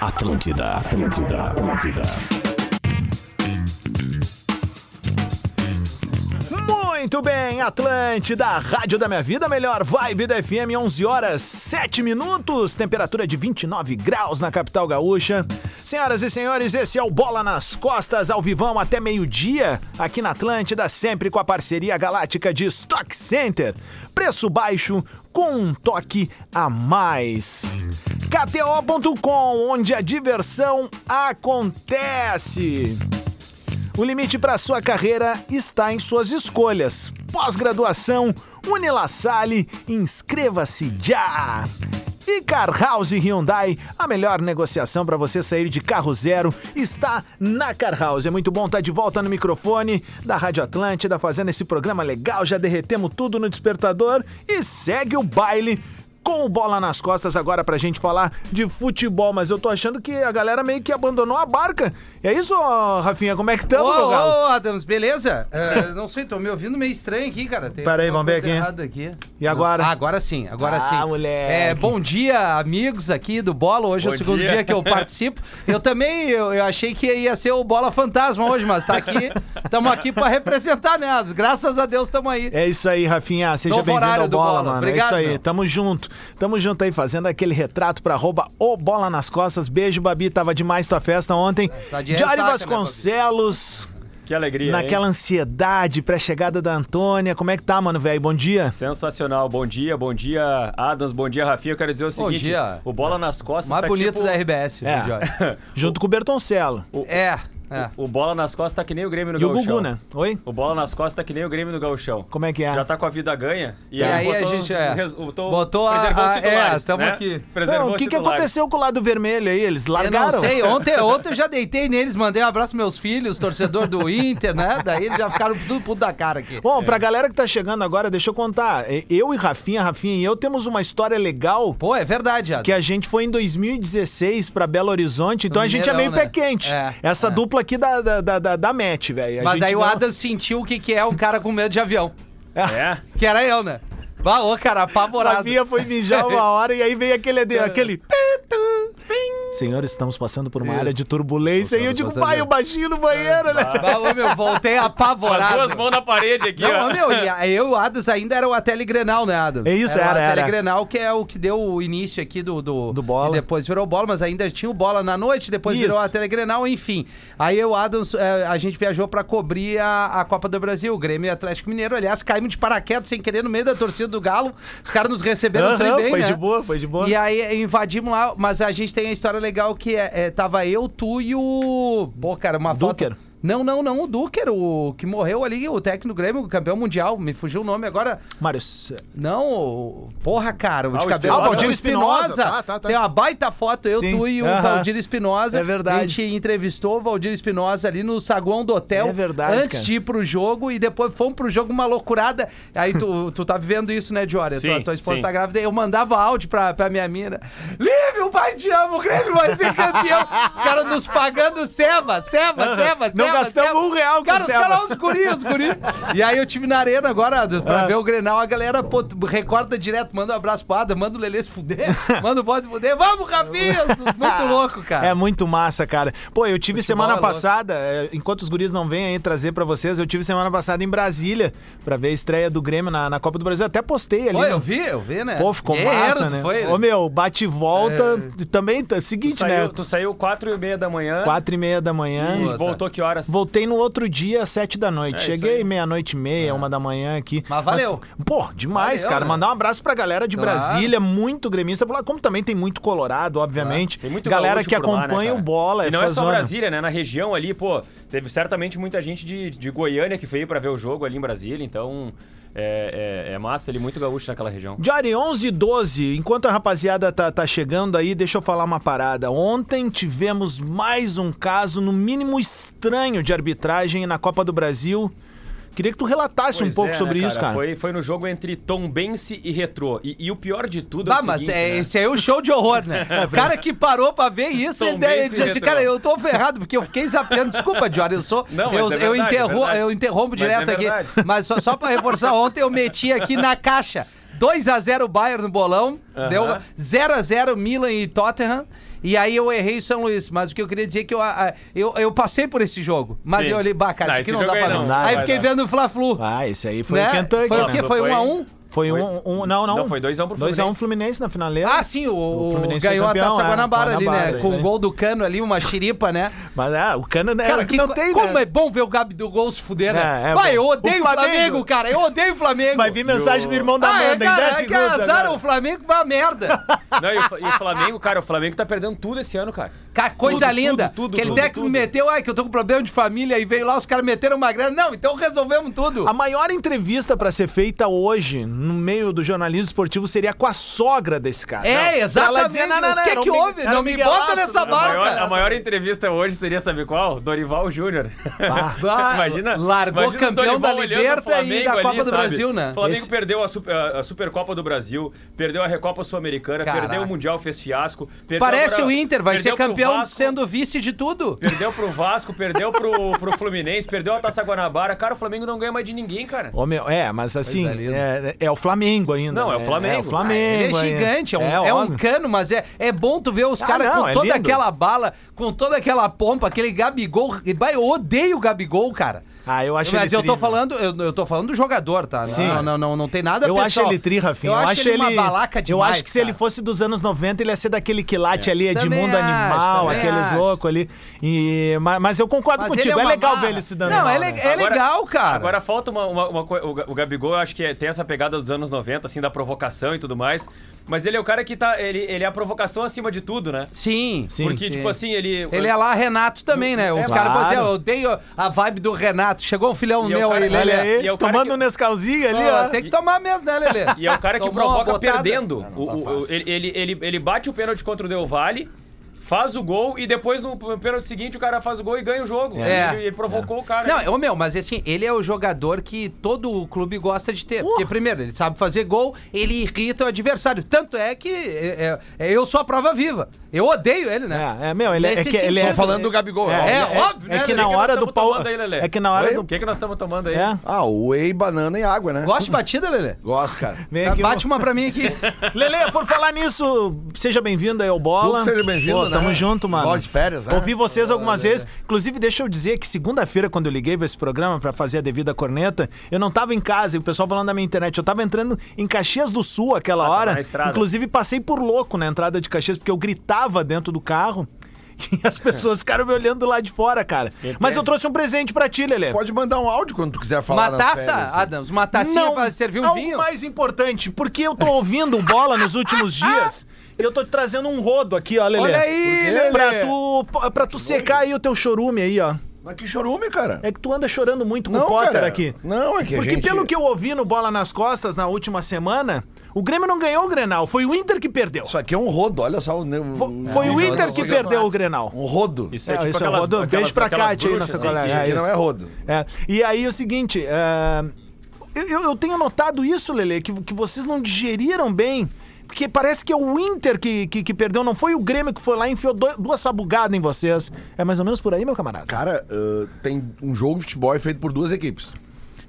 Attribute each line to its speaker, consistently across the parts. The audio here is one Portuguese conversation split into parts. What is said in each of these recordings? Speaker 1: Atlântida, Atlântida, Atlântida.
Speaker 2: Muito bem, Atlântida, Rádio da Minha Vida, melhor vibe da FM, 11 horas 7 minutos, temperatura de 29 graus na capital gaúcha. Senhoras e senhores, esse é o Bola nas Costas, ao vivão até meio-dia, aqui na Atlântida, sempre com a parceria galáctica de Stock Center. Preço baixo com um toque a mais. KTO.com, onde a diversão acontece. O limite para sua carreira está em suas escolhas. Pós-graduação, Unilassale, inscreva-se já! E Car House Hyundai, a melhor negociação para você sair de carro zero está na Car House. É muito bom estar de volta no microfone da Rádio Atlântida, fazendo esse programa legal. Já derretemos tudo no despertador e segue o baile com o bola nas costas agora pra gente falar de futebol, mas eu tô achando que a galera meio que abandonou a barca. É isso, ô, Rafinha? Como é que
Speaker 3: Ô,
Speaker 2: estamos, meu galo?
Speaker 3: ô, Adams, beleza? É, não sei, tô me ouvindo meio estranho aqui, cara. Tem
Speaker 2: Pera aí,
Speaker 3: alguma
Speaker 2: vamos ver
Speaker 3: coisa
Speaker 2: aqui.
Speaker 3: errada aqui.
Speaker 2: E agora?
Speaker 3: Ah, agora sim, agora
Speaker 2: Ah,
Speaker 3: sim.
Speaker 2: moleque.
Speaker 3: É, bom dia, amigos aqui do Bola. Hoje é o segundo dia. que eu participo. Eu também, eu, eu achei que ia ser o Bola Fantasma hoje, mas tá aqui. Tamo aqui pra representar, né? Adams? Graças a Deus tamo aí.
Speaker 2: É isso aí, Rafinha. Seja
Speaker 3: Novo
Speaker 2: bem-vindo
Speaker 3: horário
Speaker 2: ao
Speaker 3: do
Speaker 2: Bola,
Speaker 3: Bola.
Speaker 2: mano. é
Speaker 3: Obrigado,
Speaker 2: isso aí.
Speaker 3: meu.
Speaker 2: Tamo junto. Tamo junto aí, fazendo aquele retrato pra arroba o Bola nas Costas. Beijo, Babi. Tava demais tua festa ontem.
Speaker 3: tá de
Speaker 2: Diário
Speaker 3: ressaca, né,
Speaker 2: Vasconcelos,
Speaker 4: Que alegria.
Speaker 2: naquela
Speaker 4: hein?
Speaker 2: ansiedade pré-chegada da Antônia. Como é que tá, mano, velho? Bom dia.
Speaker 4: Sensacional. Bom dia, bom dia, Adams, bom dia, Rafinha. Eu quero dizer o seguinte:
Speaker 3: dia.
Speaker 4: o bola nas costas
Speaker 3: Mais
Speaker 4: tá
Speaker 3: bonito
Speaker 4: tipo-
Speaker 3: da RBS,
Speaker 2: É.
Speaker 3: o Jorge.
Speaker 2: Junto com o Bertoncelo.
Speaker 3: É, é.
Speaker 4: O bola nas costas tá que nem o Grêmio no
Speaker 2: E o
Speaker 4: Gauchão.
Speaker 2: Gugu, né? Oi?
Speaker 4: O bola nas costas tá que nem o Grêmio no Gauchão.
Speaker 2: Como é que é?
Speaker 4: Já tá com a vida ganha. E,
Speaker 3: E aí a
Speaker 4: botou
Speaker 3: gente
Speaker 4: os-
Speaker 3: é,
Speaker 4: res- botou,
Speaker 3: botou a-
Speaker 4: preservou os
Speaker 3: a- é,
Speaker 4: titulares,
Speaker 3: tamo
Speaker 4: né?
Speaker 3: aqui.
Speaker 4: Preservou
Speaker 2: Não, o que,
Speaker 4: os
Speaker 2: que
Speaker 4: titulares.
Speaker 2: aconteceu com o lado vermelho aí? Eles
Speaker 3: Eu
Speaker 2: largaram?
Speaker 3: não sei, ontem, ontem eu já deitei neles, mandei um abraço meus filhos, torcedor do Inter, né? Daí eles já ficaram tudo puto da cara aqui.
Speaker 2: Bom, pra galera que tá chegando agora, deixa eu contar. E- Eu e Rafinha, Rafinha e eu temos uma história legal
Speaker 3: Pô, é verdade, Adam.
Speaker 2: que a gente foi em 2016 pra Belo Horizonte, então
Speaker 3: No
Speaker 2: a gente é meio
Speaker 3: Mineirão,
Speaker 2: pé
Speaker 3: né?
Speaker 2: quente.
Speaker 3: É,
Speaker 2: Essa
Speaker 3: é.
Speaker 2: dupla aqui da, da, da, da, da match, velho. A
Speaker 3: Mas
Speaker 2: gente
Speaker 3: daí o
Speaker 2: não-
Speaker 3: Adam sentiu o que, que é um cara com medo de avião.
Speaker 4: É.
Speaker 3: Que era eu, né? Bah, ô, cara, apavorado.
Speaker 2: Rafinha foi mijar uma hora e aí veio aquele.
Speaker 3: É.
Speaker 2: de- aquele... Senhor, estamos passando por uma área de turbulência e eu
Speaker 3: Estamos
Speaker 2: digo,
Speaker 3: passando.
Speaker 2: pai, o baixinho no banheiro, né?
Speaker 3: Bah, ô, meu, voltei
Speaker 4: Com as
Speaker 3: apavorado.
Speaker 4: duas mãos na parede aqui,
Speaker 3: Não,
Speaker 4: ó.
Speaker 3: ô, meu, e a- eu e o Adams ainda era o Ateli Grenal, né, Adams?
Speaker 2: É isso,
Speaker 3: o
Speaker 2: era, era.
Speaker 3: Ateli Grenal, que é o que deu o início aqui do... Do,
Speaker 2: Do bola.
Speaker 3: E depois virou bola, mas ainda tinha o bola na noite, depois
Speaker 2: Isso.
Speaker 3: virou a Telegrenal, enfim. Aí eu, Adams, eh, a gente viajou pra cobrir a, a Copa do Brasil, o Grêmio e Atlético Mineiro. Aliás, caímos de paraquedas sem querer no meio da torcida do Galo. Os caras nos receberam
Speaker 2: Aham,
Speaker 3: tri bem,
Speaker 2: foi
Speaker 3: né?
Speaker 2: de boa, foi de boa.
Speaker 3: E aí invadimos lá, mas a gente tem a história legal que é, é, tava eu, tu e o. Pô, cara, uma
Speaker 2: Duker?
Speaker 3: foto. Não, não, não, o Duker, o que morreu ali, o técnico do Grêmio, o campeão mundial, me fugiu o nome agora.
Speaker 2: Mário.
Speaker 3: Não, o- porra, cara, o de
Speaker 4: Ah, o
Speaker 3: cabelo.
Speaker 4: Espinosa. Ah, o
Speaker 2: Valdir Espinosa. Tá, tá, tá.
Speaker 3: Tem uma baita foto, eu,
Speaker 2: Sim.
Speaker 3: tu e o
Speaker 2: Aham.
Speaker 3: Valdir Espinosa.
Speaker 2: É verdade.
Speaker 3: A gente entrevistou o Valdir Espinosa ali no saguão do hotel.
Speaker 2: É verdade,
Speaker 3: Antes
Speaker 2: cara.
Speaker 3: de ir pro jogo e depois fomos pro jogo, uma loucurada. Aí tu, tu tá vivendo isso, né, Diória?
Speaker 4: Sim,
Speaker 3: Tua, tua esposa
Speaker 4: sim.
Speaker 3: tá grávida. Eu mandava áudio pra, pra minha mina. Livre, o pai te ama, o Grêmio vai ser campeão. Os caras nos pagando ceva, ceva, ceva,
Speaker 2: Não
Speaker 3: ceva,
Speaker 2: gastamos
Speaker 3: ceva.
Speaker 2: um real com
Speaker 3: Cara, os
Speaker 2: ceva.
Speaker 3: caras os guri, os guri. E aí eu tive na arena agora pra
Speaker 2: É.
Speaker 3: ver o Grenal, a galera pô, recorta direto, manda um abraço pro Adam, manda o Lelê se fuder, manda o Bode se fuder. Vamos, Rafinha! Muito louco, cara.
Speaker 2: É muito massa, cara. Pô, eu tive
Speaker 3: Futebol é
Speaker 2: semana
Speaker 3: louco.
Speaker 2: passada, é, enquanto os guris não vêm aí trazer pra vocês, eu tive semana passada em Brasília pra ver a estreia do Grêmio na, na Copa do Brasil. Até postei ali.
Speaker 3: Pô, eu
Speaker 2: no-
Speaker 3: vi, eu vi,
Speaker 4: É.
Speaker 3: né?
Speaker 2: Pô, ficou
Speaker 3: Guerreiro,
Speaker 2: massa,
Speaker 3: tu
Speaker 2: né?
Speaker 3: Foi,
Speaker 2: Ô, meu, bate e volta também, tá-
Speaker 4: Tu
Speaker 2: seguinte,
Speaker 4: saiu,
Speaker 2: né?
Speaker 4: tu saiu quatro e meia da manhã
Speaker 2: Quatro e meia da
Speaker 4: e
Speaker 2: manhã.
Speaker 3: Boa.
Speaker 4: voltou que horas?
Speaker 2: Voltei no outro dia, às sete da noite.
Speaker 4: É, isso
Speaker 2: Cheguei
Speaker 4: aí. É.
Speaker 2: meia-noite e meia, uma da manhã aqui.
Speaker 3: Mas valeu.
Speaker 2: pô, demais,
Speaker 3: Valeu,
Speaker 2: cara.
Speaker 3: né?
Speaker 2: Mandar um abraço pra galera de
Speaker 3: Claro.
Speaker 2: Brasília, muito gremista por lá. Como também tem muito colorado, obviamente.
Speaker 4: Tem muito
Speaker 2: galera
Speaker 4: gaúcho
Speaker 2: que
Speaker 4: por lá, né,
Speaker 2: acompanha
Speaker 4: cara?
Speaker 2: o bola,
Speaker 4: E não é só
Speaker 2: fazona.
Speaker 4: Brasília, né? Na região ali, pô, teve certamente muita gente de, de Goiânia que veio pra ver o jogo ali em Brasília, então é, é- é massa, ele muito gaúcho naquela região.
Speaker 2: Diário 11 e 12, enquanto a rapaziada tá, tá chegando aí, deixa eu falar uma parada. Ontem tivemos mais um caso, no mínimo estranho, de arbitragem na Copa do Brasil. Queria que tu relatasse um
Speaker 4: Pois
Speaker 2: pouco
Speaker 4: é, né,
Speaker 2: sobre isso, cara.
Speaker 4: Foi, foi no jogo entre Tombense e Retrô. E, e o pior de tudo é
Speaker 3: Bah,
Speaker 4: o
Speaker 3: mas
Speaker 4: seguinte,
Speaker 3: é,
Speaker 4: né?
Speaker 3: esse aí é o show de horror, né? O cara que parou pra ver isso, ele,
Speaker 4: Tom
Speaker 3: deve- ele
Speaker 4: Benz
Speaker 3: disse assim,
Speaker 4: entrou.
Speaker 3: cara, eu tô ferrado, porque eu fiquei zapeando. Desculpa, Dior, eu sou.
Speaker 4: Não, mas
Speaker 3: eu,
Speaker 4: é
Speaker 3: eu,
Speaker 4: verdade, é
Speaker 3: interro-
Speaker 4: verdade.
Speaker 3: eu interrompo
Speaker 4: Mas
Speaker 3: direto
Speaker 4: é
Speaker 3: aqui.
Speaker 4: verdade.
Speaker 3: Mas só, só pra reforçar, ontem eu meti aqui na caixa. 2x0 Bayern no bolão.
Speaker 4: Aham.
Speaker 3: Deu 0x0 Milan e Tottenham. E aí eu errei o São Luís, mas o que eu queria dizer é que eu, ah, ah, eu, eu passei por esse jogo. Mas
Speaker 4: Sim.
Speaker 3: eu olhei, bah, cara,
Speaker 4: Não,
Speaker 3: isso aqui não
Speaker 4: esse
Speaker 3: dá
Speaker 4: jogo
Speaker 3: pra
Speaker 4: aí
Speaker 3: não.
Speaker 4: não,
Speaker 3: aí
Speaker 4: vai
Speaker 3: fiquei
Speaker 4: dar.
Speaker 3: vendo o Fla-Flu.
Speaker 2: Ah, esse aí foi
Speaker 3: né?
Speaker 2: o Kentucky.
Speaker 3: Foi o quê?
Speaker 4: Não,
Speaker 3: Foi
Speaker 4: foi-
Speaker 3: 1x1? Um
Speaker 2: Foi um, um- Não, não.
Speaker 4: Não, foi 2x1 pro
Speaker 2: Dois a um
Speaker 4: Fluminense.
Speaker 2: Fluminense na finaleira.
Speaker 3: Ah, sim, o, o-
Speaker 2: Fluminense
Speaker 3: ganhou
Speaker 2: foi
Speaker 3: a
Speaker 2: campeão,
Speaker 3: taça
Speaker 2: é,
Speaker 3: Guanabara ali, né?
Speaker 2: Guanabara,
Speaker 3: Com
Speaker 2: isso
Speaker 3: o
Speaker 2: aí.
Speaker 3: gol do cano ali, uma xiripa, né?
Speaker 2: Mas ah, o Cano né,
Speaker 3: Cara,
Speaker 2: que
Speaker 3: que
Speaker 2: não
Speaker 3: co-
Speaker 2: tem,
Speaker 3: como
Speaker 2: né?
Speaker 3: é bom ver o Gabi do Gol se fuder, né?
Speaker 2: É, é
Speaker 3: Vai,
Speaker 2: bom.
Speaker 3: eu odeio
Speaker 2: O
Speaker 3: o Flamengo,
Speaker 2: Flamengo,
Speaker 3: cara. Eu odeio o Flamengo.
Speaker 2: Vai vir mensagem do irmão da
Speaker 3: Ah, é,
Speaker 2: Amanda em
Speaker 3: cara,
Speaker 2: 10
Speaker 3: é que
Speaker 2: segundos.
Speaker 3: azar,
Speaker 2: agora.
Speaker 3: o Flamengo vai a merda.
Speaker 4: Não, e o, Fla- e o Flamengo, cara, o Flamengo tá perdendo tudo esse ano, cara.
Speaker 3: Cara, coisa
Speaker 4: Tudo,
Speaker 3: linda.
Speaker 4: tudo, tudo,
Speaker 3: Aquele
Speaker 4: tudo,
Speaker 3: técnico
Speaker 4: tudo.
Speaker 3: meteu, ai, que eu tô com problema de família, e veio lá, os caras meteram uma grana. Não, então resolvemos tudo.
Speaker 2: A maior entrevista pra ser feita hoje, no meio do jornalismo esportivo, seria com a sogra desse cara. Pra
Speaker 3: É,
Speaker 2: ela
Speaker 3: exatamente.
Speaker 2: dizer, "Não, não, não,
Speaker 3: o que é
Speaker 2: era
Speaker 3: que
Speaker 2: um mi-
Speaker 3: houve?
Speaker 2: era
Speaker 3: Não
Speaker 2: um
Speaker 3: me
Speaker 2: miguelaço,
Speaker 3: bota nessa
Speaker 2: né?"
Speaker 4: A maior,
Speaker 3: barca.
Speaker 4: a maior entrevista hoje seria, sabe qual? Dorival Júnior.
Speaker 3: Ah,
Speaker 4: imagina.
Speaker 3: largou
Speaker 4: imagina o
Speaker 3: campeão
Speaker 4: Dorival
Speaker 3: da
Speaker 4: olhando o
Speaker 3: Liberta e
Speaker 4: Flamengo
Speaker 3: da
Speaker 4: ali,
Speaker 3: Copa do
Speaker 4: sabe?
Speaker 3: Brasil, né?
Speaker 4: O Flamengo
Speaker 2: Esse-
Speaker 4: perdeu a, Sup- a- a Supercopa do Brasil, perdeu a Recopa Sul-Americana,
Speaker 3: Caraca.
Speaker 4: perdeu o Mundial, fez fiasco. perdeu
Speaker 3: Parece
Speaker 4: agora-
Speaker 3: o Inter, vai
Speaker 4: perdeu
Speaker 3: ser
Speaker 4: pro
Speaker 3: campeão
Speaker 4: Vasco,
Speaker 3: sendo vice de tudo.
Speaker 4: Perdeu pro Vasco, perdeu pro, pro Fluminense, perdeu a Taça Guanabara. Cara, o Flamengo não ganha mais de ninguém, cara.
Speaker 2: Ô, meu, é, mas assim,
Speaker 3: Coisa linda.
Speaker 2: é, é o Flamengo ainda.
Speaker 4: Não, é o
Speaker 2: né?
Speaker 4: Flamengo.
Speaker 2: É o Flamengo.
Speaker 3: Ele é gigante, é um, é um
Speaker 2: homem.
Speaker 3: cano, mas é, é bom tu ver os
Speaker 2: Ah,
Speaker 3: caras
Speaker 2: não,
Speaker 3: com
Speaker 2: é
Speaker 3: toda
Speaker 2: lindo.
Speaker 3: aquela bala, com toda aquela pompa, aquele Gabigol. E, bah, Eu odeio o Gabigol, cara.
Speaker 2: Ah, eu acho
Speaker 3: Mas
Speaker 2: ele
Speaker 3: eu tô
Speaker 2: tri,
Speaker 3: falando, eu, eu tô falando do jogador, tá?
Speaker 2: Sim.
Speaker 3: Não, não, não, não tem nada
Speaker 2: Eu acho
Speaker 3: pessoal.
Speaker 2: ele tri, Rafinha.
Speaker 3: Eu, acho ele, uma balaca demais,
Speaker 2: Eu acho que se
Speaker 3: cara. É.
Speaker 2: ele fosse dos anos 90, ele ia ser daquele quilate ali,
Speaker 3: Também
Speaker 2: Edmundo
Speaker 3: acho,
Speaker 2: Animal,
Speaker 3: também
Speaker 2: aqueles
Speaker 3: acho.
Speaker 2: loucos ali. E, mas, mas eu concordo
Speaker 3: Mas
Speaker 2: contigo,
Speaker 3: ele
Speaker 2: é,
Speaker 3: uma
Speaker 2: legal
Speaker 3: marra.
Speaker 2: ver ele se dando
Speaker 3: Não,
Speaker 2: mal,
Speaker 3: é,
Speaker 2: né?
Speaker 3: le- é legal, cara.
Speaker 4: Agora falta uma, uma, uma coi- o Ga- O Gabigol, eu acho que é- tem essa pegada dos anos 90, assim, da provocação e tudo mais. Mas ele é o cara que tá. Ele, ele é a provocação acima de tudo, né?
Speaker 3: Sim.
Speaker 2: Sim.
Speaker 4: Porque, tipo assim, ele.
Speaker 3: Ele é lá Renato também, né? Os
Speaker 2: É,
Speaker 3: caras podem
Speaker 2: claro.
Speaker 3: dizer, eu odeio a vibe do Renato. Chegou um filhão
Speaker 4: E é o
Speaker 3: meu
Speaker 4: cara-
Speaker 3: aí, Lelê.
Speaker 2: Olha aí,
Speaker 4: E é o cara
Speaker 2: tomando
Speaker 4: que-
Speaker 2: um Nescauzinho ali,
Speaker 3: Ó,
Speaker 2: ó.
Speaker 3: Tem que tomar mesmo, né, Lelê?
Speaker 4: E é o cara que
Speaker 3: Tomou uma
Speaker 4: provoca
Speaker 3: botada.
Speaker 4: perdendo. O- o- o- ele, ele, ele, ele bate o pênalti contra o Del Valle, faz o gol e depois no pênalti seguinte o cara faz o gol e ganha o jogo.
Speaker 3: É.
Speaker 4: Ele, ele provocou o cara.
Speaker 3: Não, ô meu, mas assim, ele é o jogador que todo o clube gosta de ter. Porque, primeiro, ele sabe fazer gol, ele irrita o adversário. Tanto é que é, é, é, eu sou a prova viva. Eu odeio ele, né?
Speaker 2: É, é, meu, ele é, é
Speaker 3: Nesse
Speaker 2: que ele
Speaker 3: sentido.
Speaker 2: é
Speaker 3: Tô falando
Speaker 5: do Gabigol,
Speaker 2: É,
Speaker 3: é
Speaker 2: é-
Speaker 3: óbvio,
Speaker 2: é
Speaker 3: né,
Speaker 2: que
Speaker 3: Lelê?
Speaker 2: na
Speaker 4: O que
Speaker 2: hora do
Speaker 4: nós tamo
Speaker 2: pau.
Speaker 4: tomando aí, Lelê?
Speaker 2: É que na hora
Speaker 5: Oi?
Speaker 4: O
Speaker 2: do.
Speaker 4: que, que nós estamos tomando aí?
Speaker 2: É.
Speaker 5: Ah, o whey, banana e água, né?
Speaker 3: Gosta de batida, Lelê? Tá,
Speaker 5: Gosto, cara.
Speaker 2: Vem aqui.
Speaker 3: Bate
Speaker 2: o-
Speaker 3: uma pra mim aqui.
Speaker 2: Lele, por falar nisso, seja bem-vindo aí ao Bola.
Speaker 5: Tu que seja bem-vindo,
Speaker 2: Pô,
Speaker 5: né?
Speaker 2: Tamo junto, mano.
Speaker 5: Bola de férias, né?
Speaker 2: Ouvi vocês algumas vezes. Inclusive, deixa eu dizer que segunda-feira, quando eu liguei pra esse programa pra fazer a devida corneta, eu não tava em casa e o pessoal falando da minha internet. Eu tava entrando em Caxias do Sul aquela
Speaker 4: Ah, tava
Speaker 2: hora.
Speaker 4: na estrada.
Speaker 2: Inclusive, passei por louco na entrada de Caxias, porque eu gritava dentro do carro. E as pessoas ficaram me olhando lá de fora, cara. Mas eu trouxe um presente pra ti, Lelê.
Speaker 5: Pode mandar um áudio quando tu quiser falar.
Speaker 3: Uma
Speaker 5: nas
Speaker 3: taça, Ah.
Speaker 5: férias.
Speaker 3: Adams, uma tacinha pra servir um
Speaker 2: algo
Speaker 3: vinho.
Speaker 2: assim. é mais importante, porque eu tô ouvindo o bola nos últimos dias e eu tô te trazendo um rodo aqui, ó, Lelê.
Speaker 3: Olha aí, Lelê.
Speaker 2: Pra tu, pra tu secar aí o teu chorume aí, ó.
Speaker 5: Mas que chorume, cara.
Speaker 2: É que tu anda chorando muito com o Potter
Speaker 5: cara.
Speaker 2: aqui.
Speaker 5: Não, é que a
Speaker 2: Porque
Speaker 5: gente...
Speaker 2: pelo que eu ouvi no Bola nas Costas na última semana, o Grêmio não ganhou o Grenal, foi o Inter que perdeu.
Speaker 5: Isso aqui é um rodo, olha só. o ne-
Speaker 2: Fo- Foi
Speaker 3: não,
Speaker 2: o
Speaker 3: não,
Speaker 2: Inter
Speaker 3: não,
Speaker 2: que
Speaker 3: não,
Speaker 2: perdeu
Speaker 3: não.
Speaker 2: o Grenal.
Speaker 5: Um rodo.
Speaker 4: Isso
Speaker 2: É,
Speaker 4: é, tipo
Speaker 2: isso,
Speaker 4: aquelas,
Speaker 2: Rodô,
Speaker 4: aquelas-
Speaker 2: beijo pra
Speaker 4: aquelas
Speaker 2: Kátia aí,
Speaker 4: bruxas,
Speaker 2: nossa
Speaker 4: assim,
Speaker 2: colega.
Speaker 4: que-
Speaker 5: Isso aqui
Speaker 2: isso.
Speaker 5: não é rodo.
Speaker 2: É, E aí é o seguinte, é, eu- eu, eu tenho notado isso, Lele, que, que vocês não digeriram bem. Porque parece que é o Inter que, que, que perdeu, não foi o Grêmio que foi lá e enfiou do- duas sabugadas em vocês. É mais ou menos por aí, meu camarada.
Speaker 5: Cara, ah, tem um jogo de futebol é feito por duas equipes.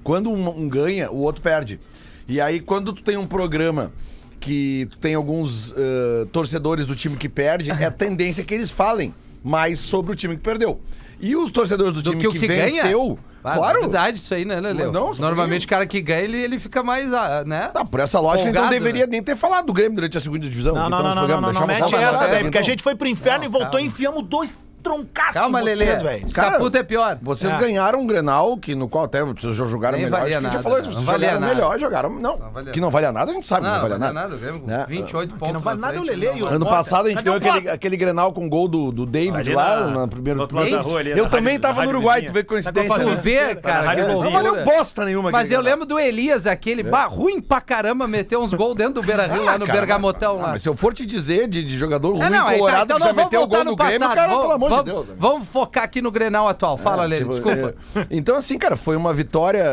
Speaker 5: Quando um, um ganha, o outro perde. E aí, quando tu tem um programa que tu tem alguns ah, torcedores do time que perde, é a tendência que eles falem mais sobre o time que perdeu. E os torcedores do,
Speaker 3: Do
Speaker 5: time
Speaker 3: que o
Speaker 5: que,
Speaker 3: que ganha?
Speaker 5: venceu,
Speaker 3: Ah,
Speaker 5: claro.
Speaker 3: Verdade, isso aí, né, Lelê?
Speaker 5: Mas não, só
Speaker 3: Normalmente o cara que ganha, ele, ele fica mais, ah, né?
Speaker 5: Tá, por essa lógica, ele não
Speaker 3: Folgado,
Speaker 5: deveria
Speaker 3: né?
Speaker 5: nem ter falado do Grêmio durante a segunda divisão.
Speaker 2: Não,
Speaker 5: que
Speaker 2: não,
Speaker 5: tá
Speaker 2: não,
Speaker 5: nos
Speaker 2: não, não,
Speaker 5: programas.
Speaker 2: não, não,
Speaker 5: Deixava
Speaker 2: mete
Speaker 5: só pra
Speaker 2: essa,
Speaker 5: nós,
Speaker 2: velho,
Speaker 5: então.
Speaker 2: porque a gente foi pro inferno
Speaker 3: Não,
Speaker 2: e voltou
Speaker 3: calma.
Speaker 2: e enfiamos dois troncaços
Speaker 3: Calma,
Speaker 2: em vocês,
Speaker 3: Lelê.
Speaker 2: velho.
Speaker 3: Ficar
Speaker 5: Cara,
Speaker 3: puto é pior.
Speaker 5: Vocês
Speaker 2: É.
Speaker 5: ganharam um Grenal, que no qual até vocês já jogaram
Speaker 3: Nem
Speaker 5: melhor. Acho que
Speaker 3: valia
Speaker 5: a gente já
Speaker 3: nada,
Speaker 5: falou isso.
Speaker 3: não
Speaker 5: Vocês
Speaker 3: valia
Speaker 5: jogaram
Speaker 3: nada.
Speaker 5: melhor, jogaram. Não,
Speaker 3: valia
Speaker 5: que não valia nada, a gente sabe, que não, valia nada.
Speaker 3: o Grêmio com
Speaker 5: Né?
Speaker 3: 28 pontos.
Speaker 2: não vale
Speaker 3: na
Speaker 2: nada o
Speaker 3: frente,
Speaker 2: Lelê
Speaker 3: não
Speaker 2: e o
Speaker 3: vale.
Speaker 5: Ano
Speaker 2: Bota.
Speaker 5: passado a gente
Speaker 2: Cadê
Speaker 5: ganhou
Speaker 2: o Bota?
Speaker 5: aquele, aquele Grenal com gol do, do David
Speaker 4: Ali
Speaker 5: lá,
Speaker 4: na-
Speaker 5: na primeira.
Speaker 4: do outro lado da rua ali,
Speaker 5: eu
Speaker 4: na
Speaker 5: também
Speaker 4: rádio-
Speaker 5: tava no
Speaker 4: rádio
Speaker 5: Uruguai,
Speaker 4: vizinha.
Speaker 5: tu vê que coincidência.
Speaker 2: Tá com a
Speaker 5: né?
Speaker 3: Tu vê, cara. que
Speaker 4: Não vizinha.
Speaker 5: Não
Speaker 3: loucura.
Speaker 5: valeu
Speaker 2: um
Speaker 5: bosta nenhuma
Speaker 3: Mas
Speaker 5: aquele
Speaker 3: eu
Speaker 5: Grenal.
Speaker 3: lembro do Elias, aquele bah, ruim pra caramba, meteu uns gols dentro do Beira Rio, lá no
Speaker 5: É. Ah, Cara,
Speaker 3: Bergamotão
Speaker 5: mas-
Speaker 3: lá.
Speaker 5: Ah, mas se eu for te dizer de, de jogador ruim
Speaker 3: É, aí tá,
Speaker 5: colorado
Speaker 3: então
Speaker 5: que já
Speaker 3: não, vamos
Speaker 5: meteu o
Speaker 3: voltar
Speaker 5: gol
Speaker 3: no
Speaker 5: no Grêmio,
Speaker 3: passado,
Speaker 5: cara,
Speaker 3: vamos-
Speaker 5: pelo amor de
Speaker 3: vamos-
Speaker 5: Deus. né?
Speaker 3: Vamos focar aqui no Grenal atual. Fala,
Speaker 5: É,
Speaker 3: Lelê,
Speaker 5: tipo,
Speaker 3: desculpa.
Speaker 5: é, então, assim, cara, foi uma vitória.